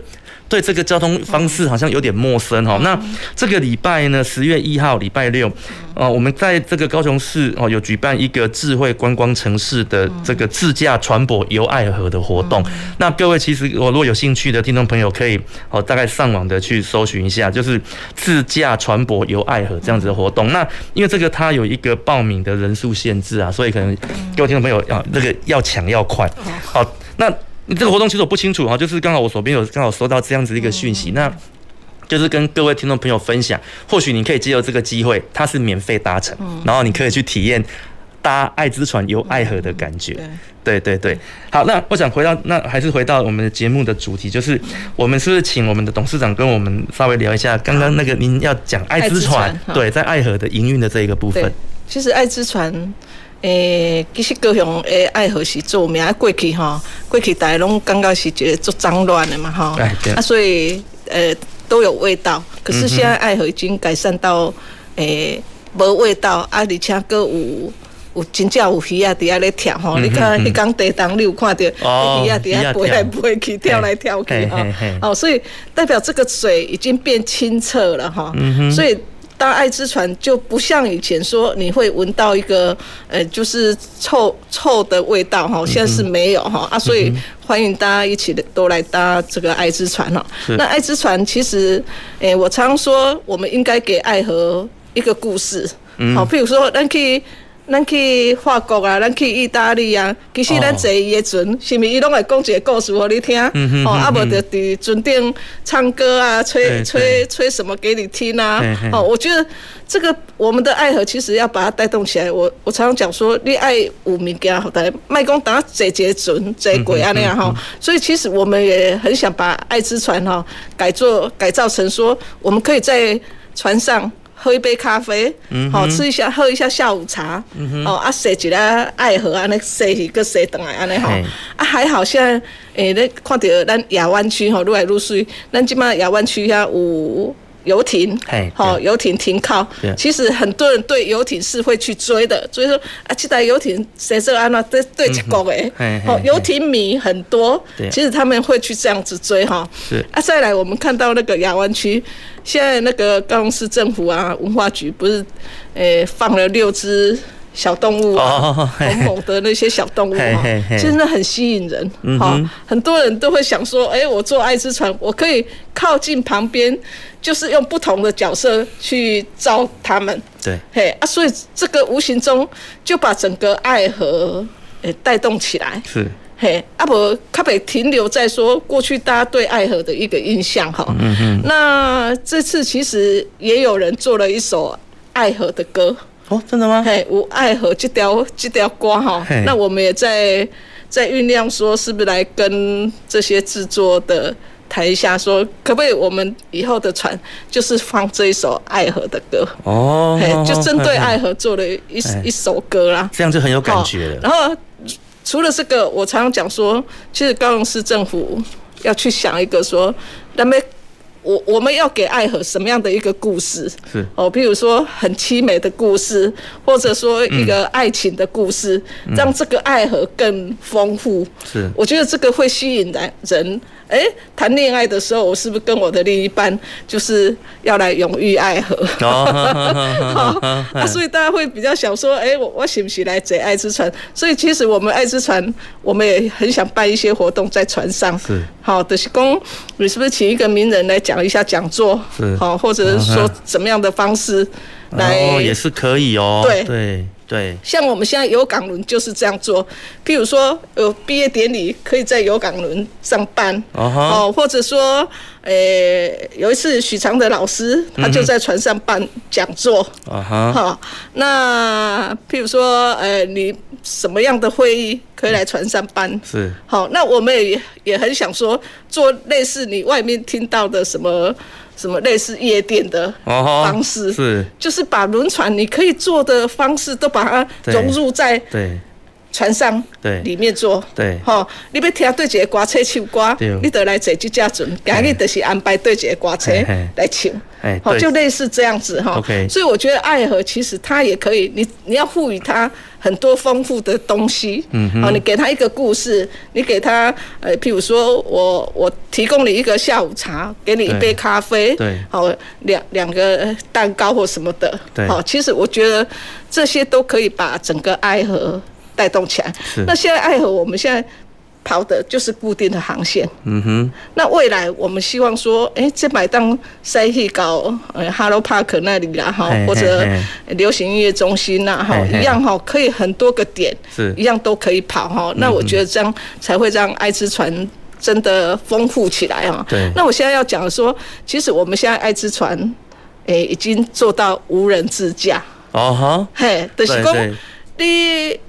C: 对这个交通方式好像有点陌生哈、那这个礼拜呢，十月一号礼拜六，呃，我们在这个高雄市哦有举办一个智慧观光城市的这个自驾船舶游爱河的活动。那各位其实我如果有兴趣的听众朋友，可以哦大概上网的去搜寻一下，就是自驾船舶游爱河这样子的活动。那因为这个它有一个报名的人数限制啊，所以可能各位听众朋友啊，这个要抢要快。好，那。这个活动其实我不清楚哈，就是刚好我手边有刚好收到这样子一个讯
B: 嗯
C: 息，那就是跟各位听众朋友分享，或许你可以借由这个机会，它是免费搭乘，
B: 嗯
C: 然后你可以去体验搭爱之船游爱河的感觉。
B: 嗯
C: 对对对，好，那我想回到那还是回到我们的节目的主题，就是我们是不是请我们的董事长跟我们稍微聊一下刚刚那个您要讲爱之船
B: 爱之船
C: 对在爱河的营运的这一个部
B: 对
C: 分。，
B: 其实爱之船，诶、其实高雄诶爱河是著名，过去吼，过去大家拢感觉是觉得足脏乱的嘛吼，
C: 哎对
B: 啊，所以呃都有味道。可是现在爱河已经改善到诶无、味道，啊，而且搁有。有真正有鱼啊，伫遐咧跳
C: 嗯
B: 吼！你看迄工地当，你有看到
C: 哦
B: 鱼啊伫
C: 鱼仔
B: 遐飞
C: 跳
B: 来飞去、跳来跳去
C: 嘿
B: 吼
C: 嘿嘿。
B: 哦，所以代表这个水已经变清澈了哈。
C: 嗯
B: 所以搭爱之船就不像以前说你会闻到一个呃就是臭臭的味道
C: 嗯
B: 哈，现在是没有哈啊，所以欢迎大家一起都来搭这个爱之船哈。那爱之船其实，诶、
C: 嗯
B: 我常说我们应该给爱河一个故事，好、譬如说咱可以。咱去法国啊，咱去意大利啊，其实咱坐伊的船，是毋是伊拢会讲一个故事互你听？
C: 哦嗯哼
B: 哦，
C: 嗯
B: 啊无
C: 哼
B: 就伫船顶唱歌啊，
C: 对
B: 吹
C: 对
B: 吹吹什么给你听啊
C: 嘿嘿？
B: 哦，我觉得这个我们的爱河其实要把它带动起来。我我常常讲说，你爱有物件，好歹卖讲当坐一个船，坐过安尼
M: 嗯
B: 啊吼。所以其实我们也很想把爱之船哈、改做改造成说，我们可以在船上。喝一杯咖啡，好、
M: 嗯
B: 哦、
M: 哼
B: 吃一下，喝一下下午茶，
M: 嗯哼
B: 哦啊，坐一下爱河安尼，坐一个坐等来安尼吼
M: 嘿，
B: 啊还好现在诶，咱、看到咱亚湾区吼愈来愈水，咱即摆亚湾区遐有游艇
C: 嘿，
B: 吼、游艇停靠
C: 对，
B: 其实很多人对游艇是会去追的，所以说啊，这台游艇谁说安那对对一国诶
C: 嗯，哼嘿
B: 哦
C: 嘿，
B: 游艇迷很多
C: 对，
B: 其实他们会去这样子追哈、
C: 是
B: 啊，再来我们看到那个亚湾区，现在那个高雄市政府啊，文化局不是，诶、放了六只小动物啊，
C: 哦嘿
B: 很猛的那些小动物
C: 嘿
B: 啊
C: 嘿，嘿
B: 其实那很吸引人
C: 嗯，
B: 哈、
C: 哼
B: 很多人都会想说，哎、我做爱之船，我可以靠近旁边，就是用不同的角色去招他们，
C: 对，
B: 嘿啊，所以这个无形中就把整个爱河诶带、动起来，
C: 是，
B: 嘿，啊无较袂停留在说过去大家对爱河的一个印象哈。
C: 嗯哼，
B: 那这次其实也有人做了一首爱河的歌
C: 哦，真的吗？
B: 嘿，我爱河这条这条歌哈
C: 嘿，
B: 那我们也在在酝酿说，是不是来跟这些制作的谈一下说，可不可以我们以后的船就是放这一首爱河的歌，
C: 哦
B: 嘿，，就针对爱
C: 河，
B: 河做了一
C: 嘿
B: 一首歌啦。
C: 这样就很有感觉了。
B: 然后除了这个，我常常讲说，其实高雄市政府要去想一个说，那么我我们要给爱河什么样的一个故事？
C: 是
B: 哦，譬如说很凄美的故事，或者说一个爱情的故事，
C: 嗯
B: 让这个爱河更丰富。
C: 是
B: 我觉得这个会吸引人人。哎，谈恋爱的时候，我是不是跟我的另一半就是要来永浴爱河？
C: 哦
B: 啊，所以大家会比较想说，哎、我我喜不喜来贼爱之船？所以其实我们爱之船，我们也很想办一些活动在船上。
C: 是
B: 好，德西公，你是不是请一个名人来讲一下讲座
C: 是？
B: 好，或者是
C: 嗯
B: 说
C: 哼
B: 怎么样的方式来？
C: 哦，也是可以哦。
B: 对
C: 对对，
B: 像我们现在游港轮就是这样做，譬如说有毕业典礼可以在游港轮上办，
C: 哦哈
B: 哦，或者说，诶、有一次许常德老师
C: 嗯
B: 他就在船上办讲座，
C: 啊哈，
B: 好，那譬如说，呃，你什么样的会议可以来船上办？
C: 是
B: 好，那我们也也很想说，做类似你外面听到的什么什么类似夜店的
C: 哦吼
B: 方式，
C: 是，
B: 就是把轮船你可以做的方式都把它
C: 对
B: 融入在
C: 对
B: 船上
C: 对
B: 里面做。
C: 对
B: 吼、你要听对一个歌车唱歌
C: 对，
B: 你得来坐这架船，今日就是安排对一个歌车
C: 嘿嘿
B: 来唱。
C: 哎，
B: 好，
C: 对
B: 就类似这样子哈。
C: OK
B: 所以我觉得爱河其实它也可以，你你要赋予它很多丰富的东西。
C: 嗯哼
B: 好，你给它一个故事，你给它呃，譬如说我我提供你一个下午茶，给你一
C: 对
B: 杯咖啡，
C: 对
B: 好两两个蛋糕或什么的。哦
C: 对
B: 好，其实我觉得这些都可以把整个爱河带动起来
C: 是。
B: 那现在爱河我们现在跑的就是固定的航线。
C: 嗯哼，
B: 那未来我们希望说，哎、这买当塞去搞呃 Hello Park 那里啦哈
C: 嘿嘿，
B: 或者
C: 嘿
B: 流行音乐中心呐、哈，
C: 嘿嘿
B: 一样哈，可以很多个点，
C: 是嗯
B: 一样都可以跑哈。那我觉得这样才会让爱之船。真的丰富起来哈。
C: 对
B: 那我现在要讲的说，其实我们现在爱之船，诶、已经做到无人自驾。
C: 哦哈，
B: 嘿，
C: 对
B: 就是
C: 对
B: 讲你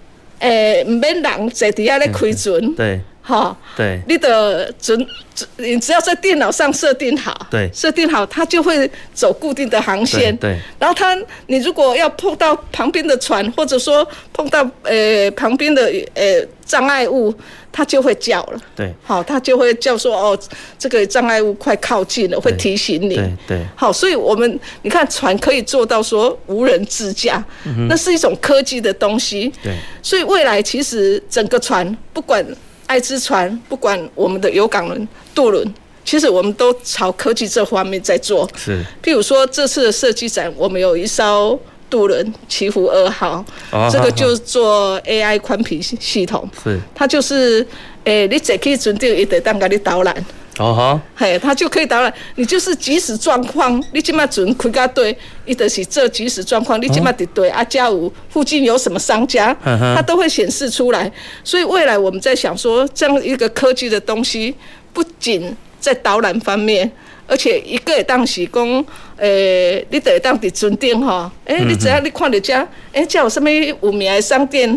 B: 诶，唔、免人坐伫遐咧开船，
C: 对
B: 哈、
C: 对
B: 你的准，准你只要在电脑上设定好，
C: 对
B: 设定好，它就会走固定的航线。
C: 对对
B: 然后它，你如果要碰到旁边的船，或者说碰到呃旁边的呃障碍物，它就会叫了。
C: 对
B: 好，它就会叫说哦，这个障碍物快靠近了，会提醒你。
C: 对对，
B: 好，所以我们你看船可以做到说无人自驾，
C: 嗯哼
B: 那是一种科技的东西。
C: 对
B: 所以未来其实整个船，不管爱之船，不管我们的有港轮、渡轮，其实我们都朝科技这方面在做。
C: 是
B: 譬如说这次的设计展，我们有一艘渡轮“祈福二号”，
C: 哦
B: 这
C: 好好
B: 个就做 AI 宽频系系统，
C: 是
B: 它就是诶、你坐去船顶，伊得当给你导览。
C: 哦哈，
B: 嘿，他就可以导览。你就是即时状况，你即马准开到对，伊就是这即时状况，你即马伫对啊，家有附近有什么商家，
C: 嗯哼
B: 它都会显示出来。所以未来我们在想说，这样一个科技的东西，不仅在导览方面。而且一个会当是讲，诶、你就会当伫准顶吼，诶、
C: 嗯
B: 你只要你看到遮，诶、遮有啥物有名的商店，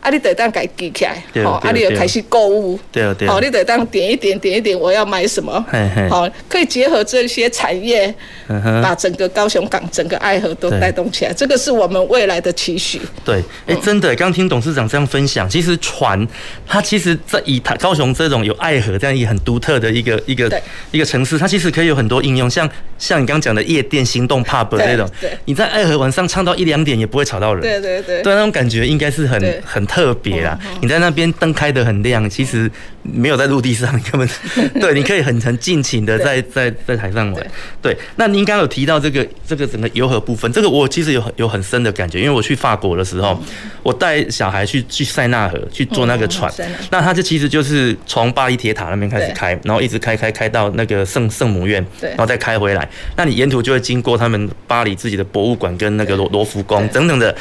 B: 啊，你就会当家记起来，
C: 对
B: 吼，啊，
C: 对
B: 你就
C: 对
B: 开始购物，哦
C: 对啊对啊
B: 好，你得当点一点点一点，我要买什么
C: 嘿嘿，
B: 好，可以结合这些产业，
C: 嗯哼
B: 把整个高雄港、整个爱河都
C: 对
B: 带动起来，这个是我们未来的期许。
C: 对，哎，真的，刚听董事长这样分享，其实船它其实在以它高雄这种有爱河这样一个很独特的一个一个
B: 对
C: 一个城市，它其实可以有很多应用，像像你刚刚讲的夜店、行动 pub
B: 对
C: 这种
B: 对，
C: 你在爱河晚上唱到一两点也不会吵到人，
B: 对对对
C: 对，那种感觉应该是很
B: 对嗯
C: 很特别啦。你在那边灯开得很亮，其实没有在陆地上，你根 本对，你可以很很尽情的在在在海上玩。对，那您刚刚有提到这个这个整个游河部分，这个我其实有很有很深的感觉，因为我去法国的时候，我带小孩去去塞纳河去坐那个船，
B: 嗯嗯嗯塞纳
C: 那它这其实就是从巴黎铁塔那边开始
B: 对
C: 开，然后一直开开开到那个圣圣母院，
B: 对
C: 然后再开回来。那你沿途就会经过他们巴黎自己的博物馆跟那个罗罗浮宫等等的。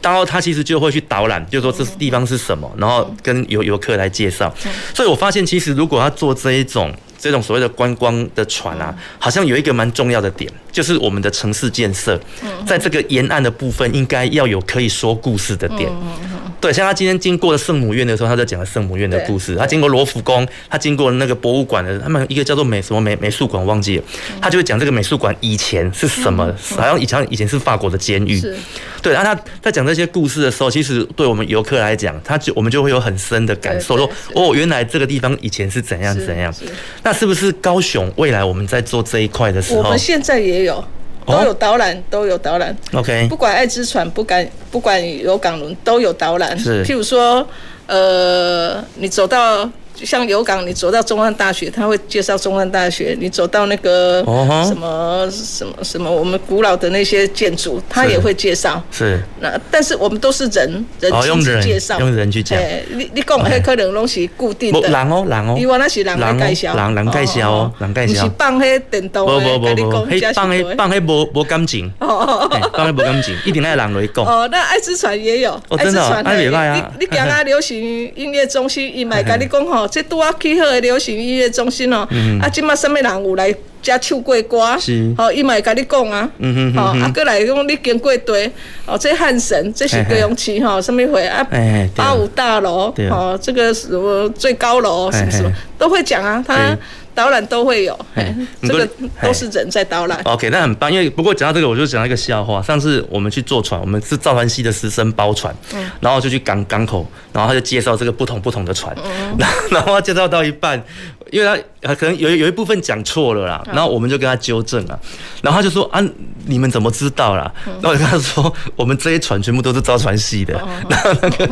C: 然后他其实就会去导览，就说
B: 嗯
C: 这地方是什么，然后跟游游客来介绍。所以我发现，其实如果要做这一种这种所谓的观光的船
B: 嗯
C: 啊，好像有一个蛮重要的点，就是我们的城市建设，
B: 嗯
C: 在这个沿岸的部分应该要有可以说故事的
B: 嗯
C: 点。对，像他今天经过了圣母院的时候，他在讲了圣母院的故事。他经过罗浮宫，他经过那个博物馆的，他们一个叫做美什么美美术馆忘记了，
B: 嗯
C: 他就会讲这个美术馆以前是什么，好像以前以前是法国的监狱。对，然后他在讲这些故事的时候，其实对我们游客来讲，他就我们就会有很深的感受，说哦，原来这个地方以前是怎样怎样。那是不是高雄未来我们在做这一块的时
B: 我
C: 候
B: 们现在也有，
C: 哦
B: 都有导览，都有导览。
C: ，OK，
B: 不管爱之船，不管不管有港轮，都有导览。
C: 是
B: 譬如说，呃，你走到像有港，你走到中央大学，他会介绍中央大学；你走到那个
C: 哦吼
B: 什么、什么什么，我们古老的那些建筑，他
C: 是
B: 也会介绍。
C: 是
B: 那但是我们都是人人
C: 哦用
B: 亲自
C: 人
B: 介绍，
C: 用人去讲
B: 哎你你讲迄可能拢是固定
C: 不
B: 的。
C: 人哦人哦
B: 伊原来是人来
C: 人哦
B: 介绍，
C: 人人介绍哦人介绍
B: 不是放迄电动
C: 不
B: 的，
C: 不不
B: 跟你
C: 不，
B: 讲
C: 嘿
B: 这，是
C: 放
B: 对
C: 嘿
B: 的
C: 放嘿无无感情，
B: 哦哦
C: 嘿放嘿无感情，一定要人来讲。
B: 哦，那爱之船也有，
C: 哦
B: 爱
C: 真
B: 之
C: 的哦
B: 船
C: 啊
B: 嘿
C: 袂歹啊
B: 你你行啊流行音乐中心，伊
C: 嘿
B: 咪
C: 嘿
B: 甲你讲吼，这拄啊起好的流行音乐中心哦
C: 嗯，
B: 啊，即马什么人有来遮唱过歌
C: 是，
B: 吼，伊咪甲你讲啊
C: 嗯哼，
B: 吼，
C: 嗯哼
B: 啊，过来讲你经过地，哦，这汉神，这是高雄市吼，什么会啊
C: 嘿嘿，对
B: 八五大楼
C: 对，啊
B: 哦，这个什么最高楼
C: 嘿
B: 什么什么
C: 嘿
B: 都会讲啊，他
C: 对
B: 导览都会有，嘿
C: 嘿
B: 这个
C: 不过
B: 都是人在导览。
C: OK，那很棒，因为不过讲到这个，我就讲到一个笑话。上次我们去坐船，我们是赵传熙的师生包船，
B: 嗯
C: 然后就去港港口，然后他就介绍这个不同不同的船，然后 然后他介绍到一半，因为他呃可能有有一部分讲错了啦，然后我们就跟他纠正了，然后他就说啊，你们怎么知道啦？然后我就跟他说，我们这些船全部都是造船系的，然后 那个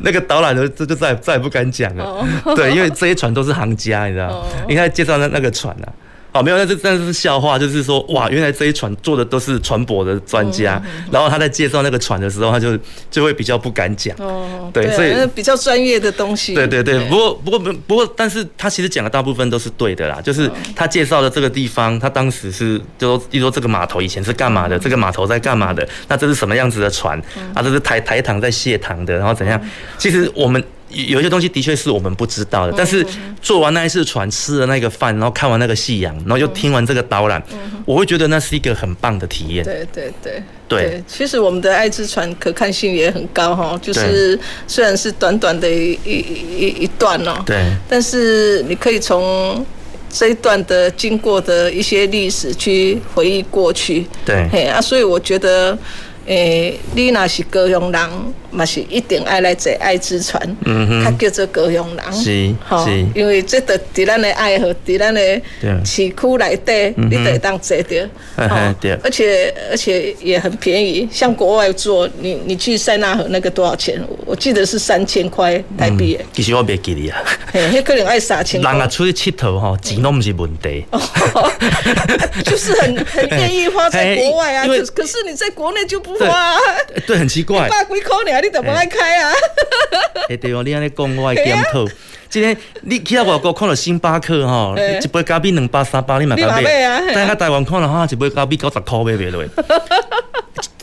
C: 那个导览的这就再也再也不敢讲了，对，因为这些船都是行家，你知道吗，你看介绍那那个船啊。好，没有，那这但是笑话，就是说，哇，原来这一船做的都是船舶的专家，然后他在介绍那个船的时候，他就就会比较不敢讲。
B: 哦，
C: 对
B: 啊
C: 所以
B: 那比较专业的东西。
C: 对对对，不过不过不不过，但是他其实讲的大部分都是对的啦，就是他介绍的这个地方，他当时是就说，例如说这个码头以前是干嘛的，这个码头在干嘛的，那这是什么样子的船啊，这是台台糖在卸糖的，然后怎样？其实我们。有有一些东西的确是我们不知道的，但是坐完那一次船，吃了那个饭，然后看完那个夕阳，然后又听完这个导览，我会觉得那是一个很棒的体验。
B: 对对对
C: 对
B: 其实我们的爱之船可看性也很高哈，就是虽然是短短的一一一一段哦，
C: 对，
B: 但是你可以从这一段的经过的一些历史去回忆过去。
C: 对
B: 嘿啊，所以我觉得。诶、你若是高雄人，嘛是一定爱来坐爱之船，
C: 嗯哼
B: 它叫做高雄人，
C: 是
B: 吼
C: 是
B: 因为这都伫咱的爱河，伫咱的
C: 对
B: 市区内底，
C: 嗯哼
B: 你就会当坐着。
C: 嘿嘿对
B: 而且而且也很便宜，像国外做，你你去塞纳河那个多少钱？我我记得是三千块台币耶，
C: 其实我别记得啊，
B: 嘿，那可能爱三千
C: 人
B: 块，
C: 啊出去佚佗吼，钱都不是问题。
B: 就是 很很愿意花在
C: 嘿
B: 国外啊。
C: 因为
B: 可可是你在国内就不花、啊，
C: 对，很奇怪。
B: 百几块呢，你怎么爱开啊？ 啊
C: 哎、对哦，你安尼讲，我会检讨。今天你去到外国看到星巴克吼，
B: 嘿
C: 一杯咖啡两百三百，你嘛敢
B: 你嘛买啊嘿啊
C: 但到台湾看了哈，一杯咖啡九十块买袂落。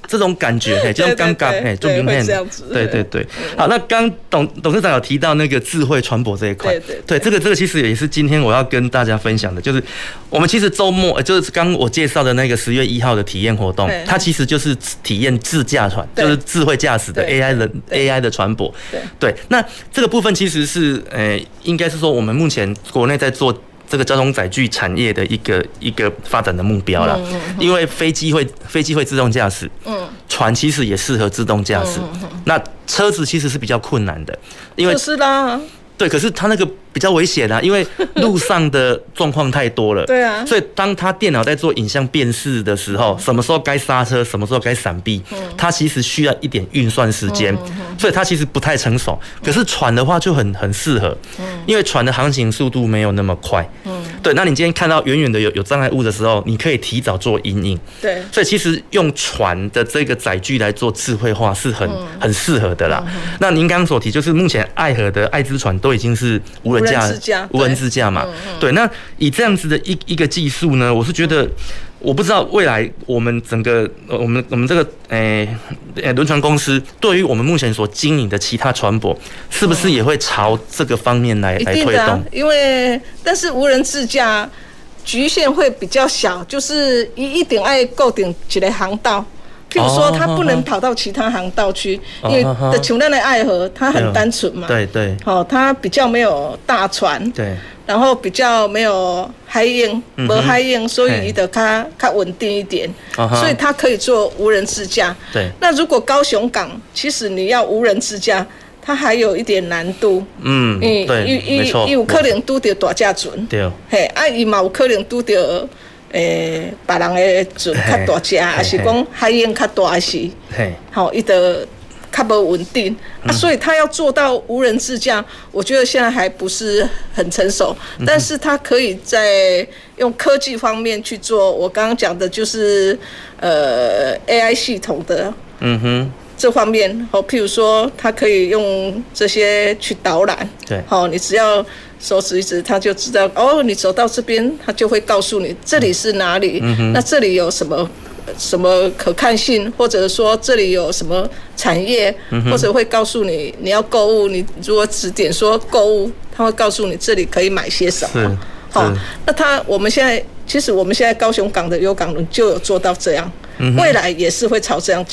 C: 这种感觉，嘿，这种尴尬，嘿，
B: 对
C: 这
B: 对对
C: 种
B: 对
C: 很
B: 会这样子
C: 对对对。好，那刚董董事长有提到那个智慧传播这一块，
B: 对对
C: 对，这个这个其实也是今天我要跟大家分享的，就是我们其实周末，呃就是刚我介绍的那个十月一号的体验活动
B: 对，
C: 它其实就是体验自驾船，就是智慧驾驶的 AI 的 AI 的船舶，
B: 对
C: 对。那这个部分其实是，呃，应该是说我们目前国内在做。这个交通载具产业的一个一个发展的目标啦
B: 嗯嗯，嗯
C: 因为飞机会飞机会自动驾驶，
B: 嗯，
C: 船其实也适合自动驾驶
B: 嗯嗯，
C: 那车子其实是比较困难的，因为
B: 就是啦，
C: 对，可是它那个比较危险啊，因为路上的状况太多了。
B: 对啊嗯
C: 所以当他电脑在做影像辨识的时候，什么时候该刹车，什么时候该闪避，它其实需要一点运算时
B: 嗯
C: 间，所以它其实不太成熟。可是船的话就很很适合，
B: 嗯
C: 因为船的航行速度没有那么快。嗯，对，那你今天看到远远的有有障碍物的时候，你可以提早做阴影。
B: 对
C: 所以其实用船的这个载具来做智慧化是很、
B: 嗯
C: 很适合的啦。那您刚刚所提，就是目前爱河的爱之船都已经是无人
B: 无
C: 驾
B: 人自驾嗯
C: 无人自驾嘛。对，那以这样子的一一个技术呢，我是觉
B: 嗯
C: 得。我不知道未来我们整个呃我们我们这个诶诶轮船公司对于我们目前所经营的其他船舶，是不是也会朝这个方面来
B: 一
C: 来
B: 定
C: 推
B: 的、啊
C: 动？，
B: 因为但是无人自驾局限会比较小，就是一一定爱固定一个航道。譬如说，
C: 哦
B: 它不
C: 哦
B: 能跑到其他航道去，
C: 哦
B: 因为
C: 哦哦
B: 的穷人的爱河，它很单纯嘛。
C: 对对
B: 哦，它比较没有大船，
C: 对，
B: 然后比较没有海印，
C: 嗯哼
B: 无海印，所以
C: 嘿
B: 伊的它它稳定一点，
C: 啊哈
B: 所以它可以做无人自驾。
C: 对
B: 那如果高雄港，其实你要无人自驾，它还有一点难度。
C: 嗯，
B: 伊
C: 对，
B: 伊
C: 没错，
B: 伊伊有可能拄着大只船，
C: 对。
B: 嘿，啊伊嘛有可能拄着诶别人诶船
C: 嘿
B: 较大只，还是
C: 嘿
B: 讲海燕较大是，
C: 嘿，
B: 吼伊的较无稳定啊，所以他要做到无人自驾，我觉得现在还不是很成熟，但是他可以在用科技方面去做。我刚刚讲的就是呃 AI 系统的
C: 嗯哼，
B: 这方面，哦，譬如说，它可以用这些去导览，
C: 对
B: 哦，你只要手指一指，它就知道，哦，你走到这边，它就会告诉你这里是哪里，
C: 嗯哼
B: 那这里有什么什么可看性，或者说这里有什么产业，
C: 嗯哼
B: 或者会告诉你你要购物，你如果指点说购物，它会告诉你这里可以买些什么。
C: 是。
B: 好、
C: 是
B: 那它我们现在其实我们现在高雄港的优港轮就有做到这样，
C: 嗯哼
B: 未来也是会朝这样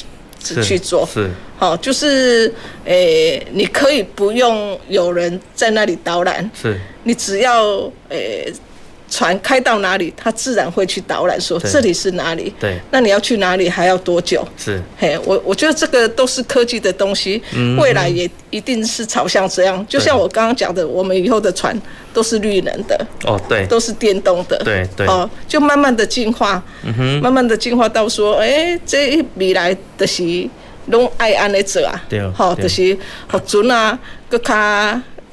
C: 是
B: 子去做。
C: 是，
B: 好、就是诶、你可以不用有人在那里导览，
C: 是
B: 你只要诶、船开到哪里，它自然会去导览说
C: 对
B: 这里是哪里。
C: 对
B: 那你要去哪里还要多久？
C: 是
B: 嘿，我我觉得这个都是科技的东西
C: 嗯，
B: 未来也一定是朝向这样。就像我刚刚讲的，我们以后的船都是绿能的，
C: 哦，对，
B: 都是电动的，
C: 对对
B: 哦，就慢慢的进化，
C: 嗯哼
B: 慢慢的进化到说，诶，这一未来就是拢爱安尼做啊，
C: 对
B: 吼、
C: 对
B: 就是互船啊，搁较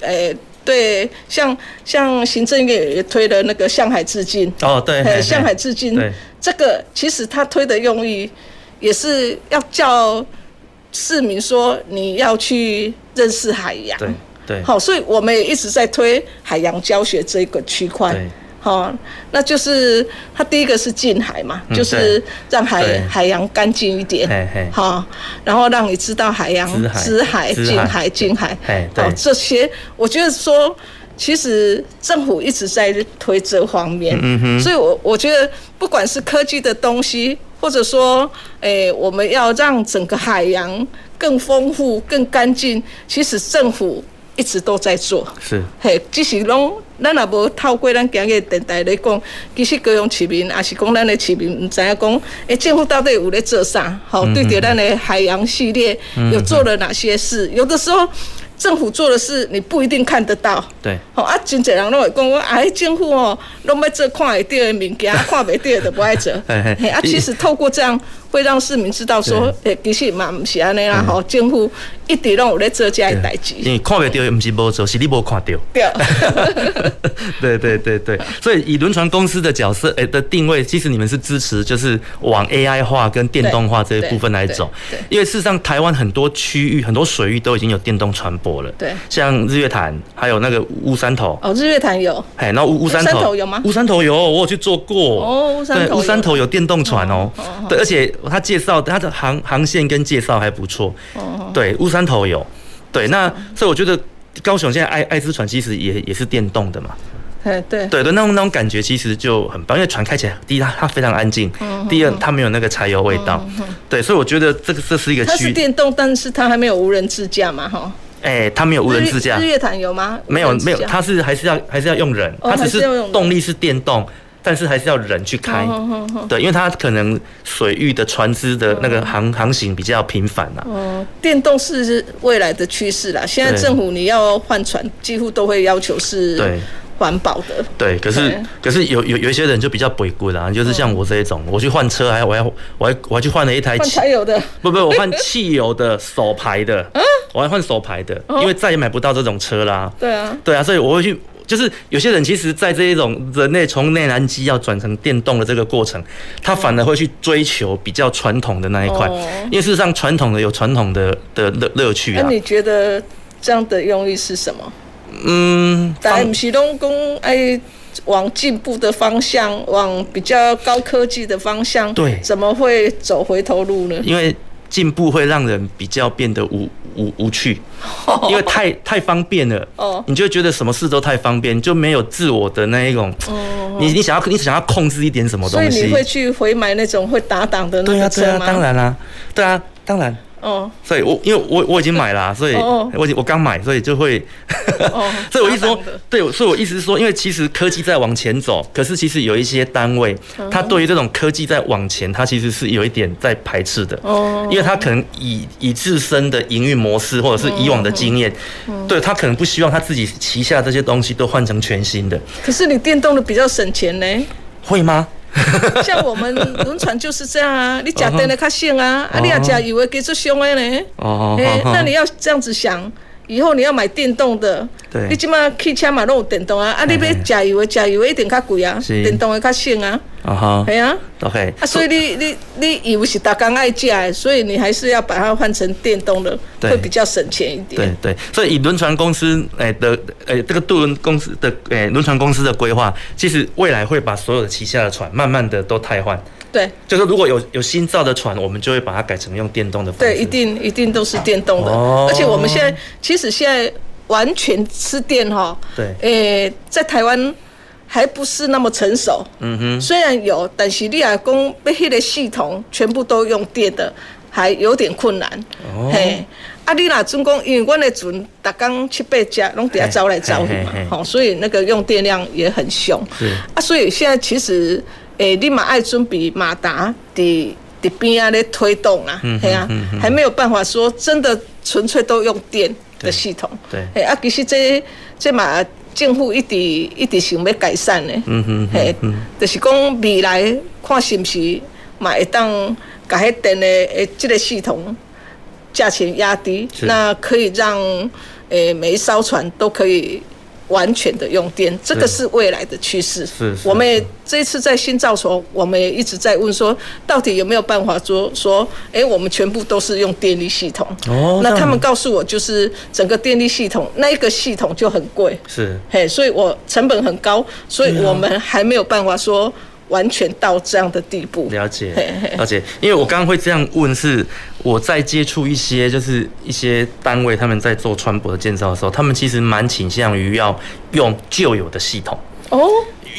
B: 诶。对，像像行政院也推了那个向海致敬，
C: 哦对嘿
B: 嘿
C: 嘿
B: 向呃海致敬
C: 对，
B: 这个其实他推的用意也是要叫市民说你要去认识海洋，
C: 对对，
B: 好，所以我们也一直在推海洋教学这个区块
C: 对。
B: 好、那就是它第一个是近海嘛，
C: 嗯
B: 就是让海
C: 对
B: 海洋干净一点
C: 嘿嘿，
B: 好、然后让你知道海洋
C: 知海
B: 知海、
C: 知
B: 近
C: 海
B: 海、近海
C: 嘿，对
B: 好、这些我觉得说，其实政府一直在推这方面，
C: 嗯嗯哼
B: 所以我我觉得不管是科技的东西，或者说，诶、我们要让整个海洋更丰富、更干净，其实政府一直都在做。
C: 是
B: 嘿，只是拢咱也无透过咱今日电台咧讲，其实高雄市民也是讲咱的市民，毋知影讲，诶、政府到底有咧做啥？吼、
C: 嗯
B: 对着咱的海洋系列
C: 嗯
B: 有做了哪些事？有的时候政府做的事，你不一定看得到。
C: 对，
B: 吼、啊，真侪人拢会讲，我啊，迄政府哦，拢要做看会到的物件，看袂到的就不爱做。
C: 嘿嘿
B: 嘿，啊，其实透过这样会让市民知道说，诶、其实嘛毋是安尼
C: 嗯
B: 啦吼，政府一直拢有咧做这个代志。
C: 因为看不到，不是无做，是你无看到。
B: 对，
C: 对对对对，所以以轮船公司的角色，诶、的定位，其实你们是支持就是往 AI 化跟电动化这一部分来走，因为事实上台湾很多区域、很多水域都已经有电动船舶了，
B: 对
C: 像日月潭，还有那个乌山头，
B: 哦，日月潭有，
C: 哎，然后乌乌山
B: 乌山
C: 头
B: 头有吗
C: 乌山头有，我有去坐过。
B: 哦乌山头
C: 对，
B: 有
C: 乌山头有电动船哦。对，而且他介绍他的航航线跟介绍还不错。
B: 哦，
C: 对，乌山头有。对，那所以我觉得高雄现在爱爱之船其实也也是电动的嘛。
B: 哎对，
C: 对对，那种那种感觉其实就很棒，因为船开起来，第一它它非常安静
B: 嗯，
C: 第二它没有那个柴油味道。对，所以我觉得这个这是一个
B: 它是
C: 区。
B: 电动，但是它还没有无人自驾嘛哈。
C: 哎，它没有无人自驾
B: 日。月潭有吗？
C: 没有
B: 无人自驾
C: 没有，它是还是要还是要用人，
B: 哦
C: 它只
B: 还是
C: 是
B: 要用人
C: 动力是电动，但是还是要人去开。
B: 哦哦哦哦
C: 对，因为它可能水域的船只的那个航航行比较频繁啊呐、
B: 哦，电动是未来的趋势啦。现在
C: 对
B: 政府你要换船，几乎都会要求是
C: 对哎
B: 环保的。
C: 对，可是
B: 对嗯
C: 可是有有有一些人就比较鬼鬼啦，就是像我这一种，我去换车还我还我还我还去换了一台
B: 换
C: 汽
B: 柴油的，
C: 不不，我换汽油的手牌的，我还换手牌的，
B: 嗯哦
C: 因为再也买不到这种车啦。
B: 对啊，
C: 对啊，所以我会去，就是有些人其实，在这一种人类从内燃机要转成电动的这个过程，他反而会去追求比较传统的那一块，
B: 哦
C: 因为事实上传统的有传统的的乐乐趣
B: 那
C: 啊。
B: 你觉得这样的用意是什么？
C: 嗯，
B: 大家不是拢讲哎，往进步的方向，往比较高科技的方向，
C: 对
B: 怎么会走回头路呢？
C: 因为进步会让人比较变得无无无 趣，因为太太方便了，
B: 哦
C: 你就会觉得什么事都太方便，就没有自我的那一种，你你想要你想要控制一点什么
B: 哦所以
C: 东
B: 你
C: 西
B: 会，去回买那种会打档的那
C: 对啊
B: 个
C: 对
B: 车
C: 啊，
B: 吗？
C: 当然啦、对啊，当然。
B: 哦，
C: 所以我，因为我我已经买了啊、所以
B: 哦
C: 我已经我刚买，所以就会， 所以我一直说，对，所以我一直说，因为其实科技在往前走，可是其实有一些单位，
B: 嗯
C: 它对于这种科技在往前，它其实是有一点在排斥的，
B: 哦
C: 因为它可能以以自身的营运模式或者是以往的经验，
B: 嗯
C: 对它可能不希望它自己旗下这些东西都换成全新的，
B: 可是你电动的比较省钱呢。
C: 会吗？
B: 像我们轮船就是这样 啊，你假电的较省啊，啊
C: 嗯哼
B: 你也假以为给做凶的呢。
C: 哦
B: 哎，
C: 哦
B: 那你要这样子想，以后你要买电动的
C: 对，
B: 你即马汽车嘛拢有电动啊，啊你要假以为假以为一定较贵啊，
C: 是
B: 电动的较省啊，
C: 啊哈
B: 系啊。
C: ，OK，
B: 啊，所以
C: 哦
B: 你你你以为是大刚爱假的，所以你还是要把它换成电动的，
C: 对
B: 会比较省钱一点。
C: 对对，所以以轮船公司诶的诶这个渡轮公司的诶轮船公司的规划，其实未来会把所有的旗下的船慢慢的都汰换，
B: 对
C: 就是如果有有新造的船，我们就会把它改成用电动的方
B: 对，
C: 式
B: 一定一定都是电动的，
C: 哦
B: 而且我们现在其实现在完全吃电哈，
C: 对
B: 诶、在台湾还不是那么成熟。
C: 嗯哼，
B: 虽然有，但是你也讲被迄个系统全部都用电的，还有点困难。
C: 哦
B: 嘿，啊，你若准讲，因为阮的船，逐工七八只拢伫遐走来走去嘛
C: 嘿嘿嘿，
B: 吼、所以那个用电量也很凶。
C: 是
B: 啊，所以现在其实，诶、你嘛爱准备马达伫伫边啊咧推动啊
C: 嗯，
B: 嘿、啊、
C: 嗯嗯
B: 还没有办法说真的纯粹都用电的系统。
C: 对
B: 嘿、啊，其实这这嘛政府一直一直想要改善的。
C: 嗯哼
B: 嘿、
C: 嗯
B: 就是讲未来看是毋是嘛会当把迄电的诶这个系统价钱压低，
C: 是
B: 那可以让诶、每一艘船都可以完全的用电，这个是未来的趋势。
C: 是是
B: 我们也这一次在新造船，我们也一直在问说，到底有没有办法说说，诶、我们全部都是用电力系统。
C: 哦
B: 那
C: 这样
B: 他们告诉我，就是整个电力系统那一个系统就很贵。
C: 是
B: 嘿，所以我成本很高，所以
C: 对啊
B: 我们还没有办法说完全到这样的地步。
C: 了解
B: 嘿嘿
C: 了解，因为我刚刚会这样问是，我在接触一些就是一些单位他们在做船舶的建造的时候，他们其实蛮倾向于要用旧有的系统，
B: 哦，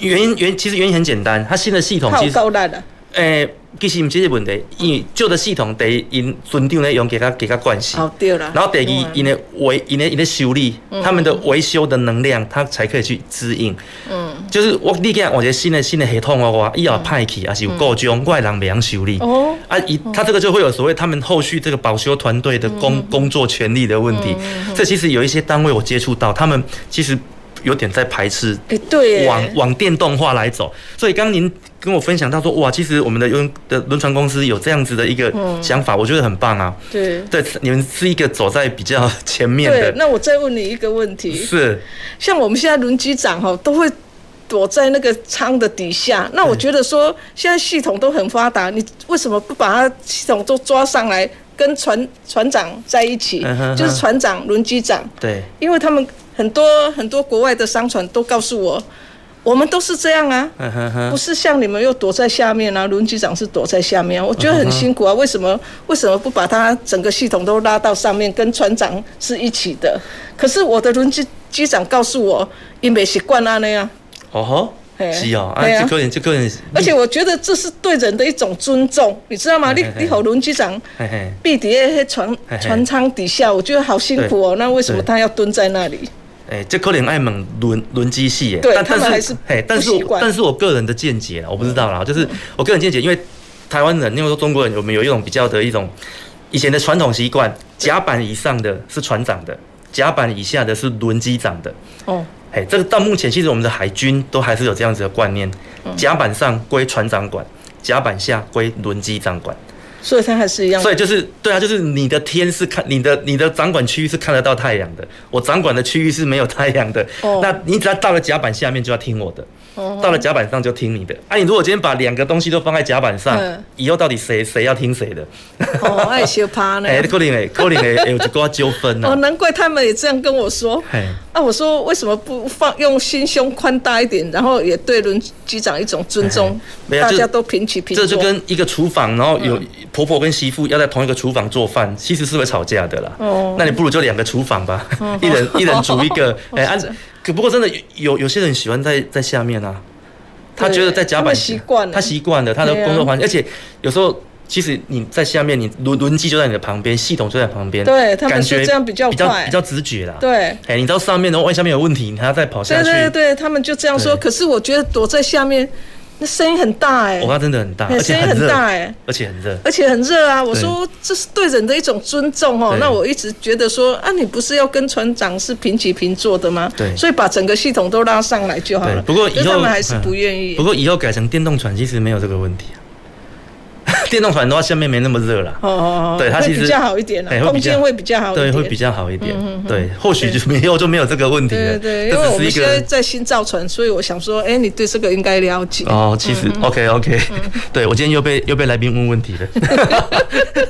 C: 原因原其实原因很简单，它新的系统
B: 它
C: 其
B: 有
C: 实
B: 够难了。啊
C: 诶、其实毋是这个问题，因为旧的系统第一，因尊长咧用给他给他惯性，
B: 哦，对了。
C: 然后第二，因的维因的因的修理，
B: 嗯
C: 他们的维修的能量，他才可以去指引。
B: 嗯，
C: 就是我你讲，我觉得新的新的系统的话，以后派去啊还是有故障，我的人袂晓修理。
B: 哦，
C: 啊，一他这个就会有所谓他们后续这个保修团队的工、工作权利的问题。
B: 嗯
C: 这其实有一些单位我接触到，他们其实有点在排斥
B: 诶，对耶，
C: 往往电动化来走。所以刚刚您跟我分享到说，哇，其实我们的轮的轮船公司有这样子的一个
B: 嗯
C: 想法，我觉得很棒啊。
B: 对
C: 对，你们是一个走在比较前面
B: 对，
C: 的，
B: 那我再问你一个问题，
C: 是
B: 像我们现在轮机长哈、都会躲在那个舱的底下。那我觉得说，现在系统都很发达，你为什么不把它系统都抓上来，跟船船长在一起，
C: 嗯哼哼
B: 就是船长、轮机长？
C: 对，
B: 因为他们很多很多国外的商船都告诉我，我们都是这样啊。
C: 嗯哼哼，
B: 不是像你们又躲在下面啊，轮机长是躲在下面、啊，我觉得很辛苦啊。为什么为什么不把它整个系统都拉到上面，跟船长是一起的？可是我的轮机机长告诉我，因为习惯啊那样，
C: 哦吼，
B: 嘿
C: 是哦，啊，
B: 对啊
C: 这个人，这个人，
B: 而且我觉得这是对人的一种尊重，你知道吗？你
C: 嗯嘿嘿
B: 你好，轮机长
C: 嘿嘿，
B: 必底下船
C: 嘿嘿
B: 船舱底下，我觉得好辛苦哦。
C: 对
B: 那为什么
C: 对
B: 他要蹲在那里？
C: 哎，这可能爱猛轮轮机系耶，
B: 对
C: 但
B: 他
C: 但
B: 们
C: 是
B: 还是
C: 哎，但是
B: 不习
C: 我
B: 惯嗯
C: 但是我个人的见解啦，我不知道啦，就是我个人见解，因为台湾人，因为说中国人，我们有一种比较的一种以前的传统习惯，甲板以上的是船长的，甲板以下的是轮机长的，
B: 哦，
C: 哎，这个到目前其实我们的海军都还是有这样子的观念，
B: 嗯
C: 甲板上归船长管，甲板下归轮机长管。
B: 所以他还是一样。
C: 所以就是对啊，就是你的天是看你的你的掌管区域是看得到太阳的，我掌管的区域是没有太阳的。
B: 哦
C: 那你只要到了甲板下面就要听我的，
B: 哦
C: 到了甲板上就听你的。啊，你如果今天把两个东西都放在甲板上，
B: 嗯
C: 以后到底谁谁要听谁的？
B: 哦，爱学趴 呢。
C: 哎、可能哎，可能哎，哎有一个纠纷
B: 哦，
C: 呐。
B: 难怪他们也这样跟我说。
C: 嘿，
B: 啊，我说为什么不放用心胸宽大一点，然后也对轮机长一种尊重，
C: 没有
B: 大
C: 这
B: 家都平起平坐。
C: 这就跟一个厨房，然后
B: 嗯
C: 有婆婆跟媳妇要在同一个厨房做饭，其实是会吵架的啦。
B: 哦
C: 那你不如就两个厨房吧
B: 嗯，。
C: 一人一人煮一个
B: 哦
C: 哎，啊
B: 是这样，
C: 可不过真的有有些人喜欢在在下面啊，他觉得在甲
B: 他们
C: 板
B: 习惯了
C: 他习惯了他的
B: 对啊
C: 工作环境，而且有时候。其实你在下面，你轮轮机就在你的旁边，系统就在旁边，
B: 对他们
C: 感
B: 说
C: 觉
B: 这样比较
C: 比较
B: 快
C: 比较直觉啦。，
B: 对。
C: 哎，你到上面，然后万一下面有问题，你还要再跑下
B: 对
C: 去，
B: 对对，他们就这样说。
C: 对
B: 可是我觉得躲在下面，那声音很大哎、
C: 我看真的很大，
B: 哎
C: 而且
B: 声音
C: 很
B: 很
C: 热，
B: 大哎
C: 而且很热，
B: 而且很热啊！我
C: 对
B: 说这是对人的一种尊重哦
C: 对。
B: 那我一直觉得说啊，你不是要跟船长是平起平坐的吗？
C: 对
B: 所以把整个系统都拉上来就好
C: 对
B: 了。，
C: 不过
B: 可
C: 以
B: 是
C: 后
B: 他们还是不愿
C: 嗯
B: 意。
C: 不过以后改成电动船，其实没有这个问题、啊。 电动船的话，下面没那么热啦。
B: 哦哦哦，
C: 对它
B: 会
C: 其实
B: 比较好一点
C: 哎会
B: 了，哦空
C: 比较
B: 间会比较好一
C: 对，
B: 点，
C: 会比较好一点。
B: 嗯嗯嗯
C: 对，或许就没有就没有这个问题了。
B: 对对，因为
C: 这
B: 我
C: 只
B: 们
C: 是
B: 现
C: 一
B: 在
C: 个。
B: 在新造船，所以我想说，哎，你对这个应该了解。
C: 哦，其实、
B: 嗯嗯
C: OK OK，、对 我今天又被又被来宾问问题了。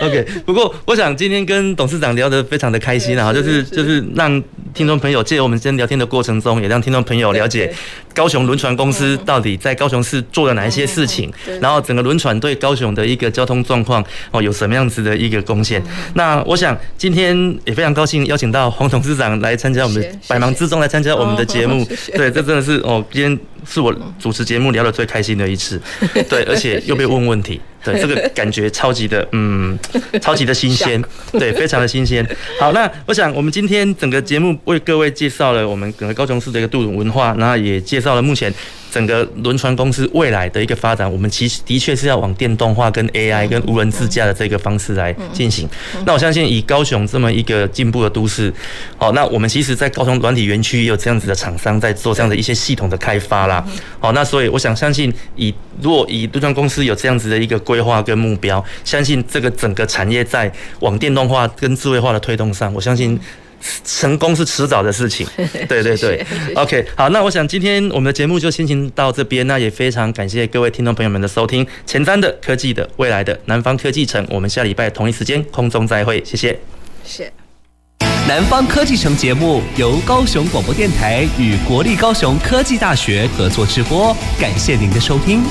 C: OK，不过我想今天跟董事长聊得非常的开心啊，就是就是让听众朋友借我们今天聊天的过程中，也让听众朋友了解高雄轮船公司
B: 嗯
C: 到底在高雄市做了哪一些事情，然后整个轮船对高雄的一个交通状况哦有什么样子的一个贡献。
B: 嗯
C: 那我想今天也非常高兴邀请到黄董事长来参加我们的
B: 谢谢
C: 百忙之中来参加我们的节目
B: 哦，谢谢
C: 对，这真的是哦，今天是我主持节目聊得最开心的一 次，对，而且又被问问题，对，这个感觉超级的，嗯，超级的新 鲜，对，非常的新鲜。好，那我想我们今天整个节目为各位介绍了我们整个高雄市的一个渡轮文化，那也介绍了目前整个轮船公司未来的一个发展，我们其实的确是要往电动化、跟 AI、跟无人自驾的这个方式来进行。那我相信以高雄这么一个进步的都市，好，那我们其实，在高雄软体园区也有这样子的厂商在做这样的一些系统的开发啦。好，那所以我想相信以，如果以陆川公司有这样子的一个规划跟目标，相信这个整个产业在往电动化跟智慧化的推动上，我相信。成功是迟早的事情，对对对。OK，好，那我想今天我们的节目就先行到这边，那也非常感谢各位听众朋友们的收听。前瞻的科技的未来的南方科技城，我们下礼拜同一时间空中再会，谢谢。
B: 谢。
D: 南方科技城节目由高雄广播电台与国立高雄科技大学合作直播，感谢您的收听。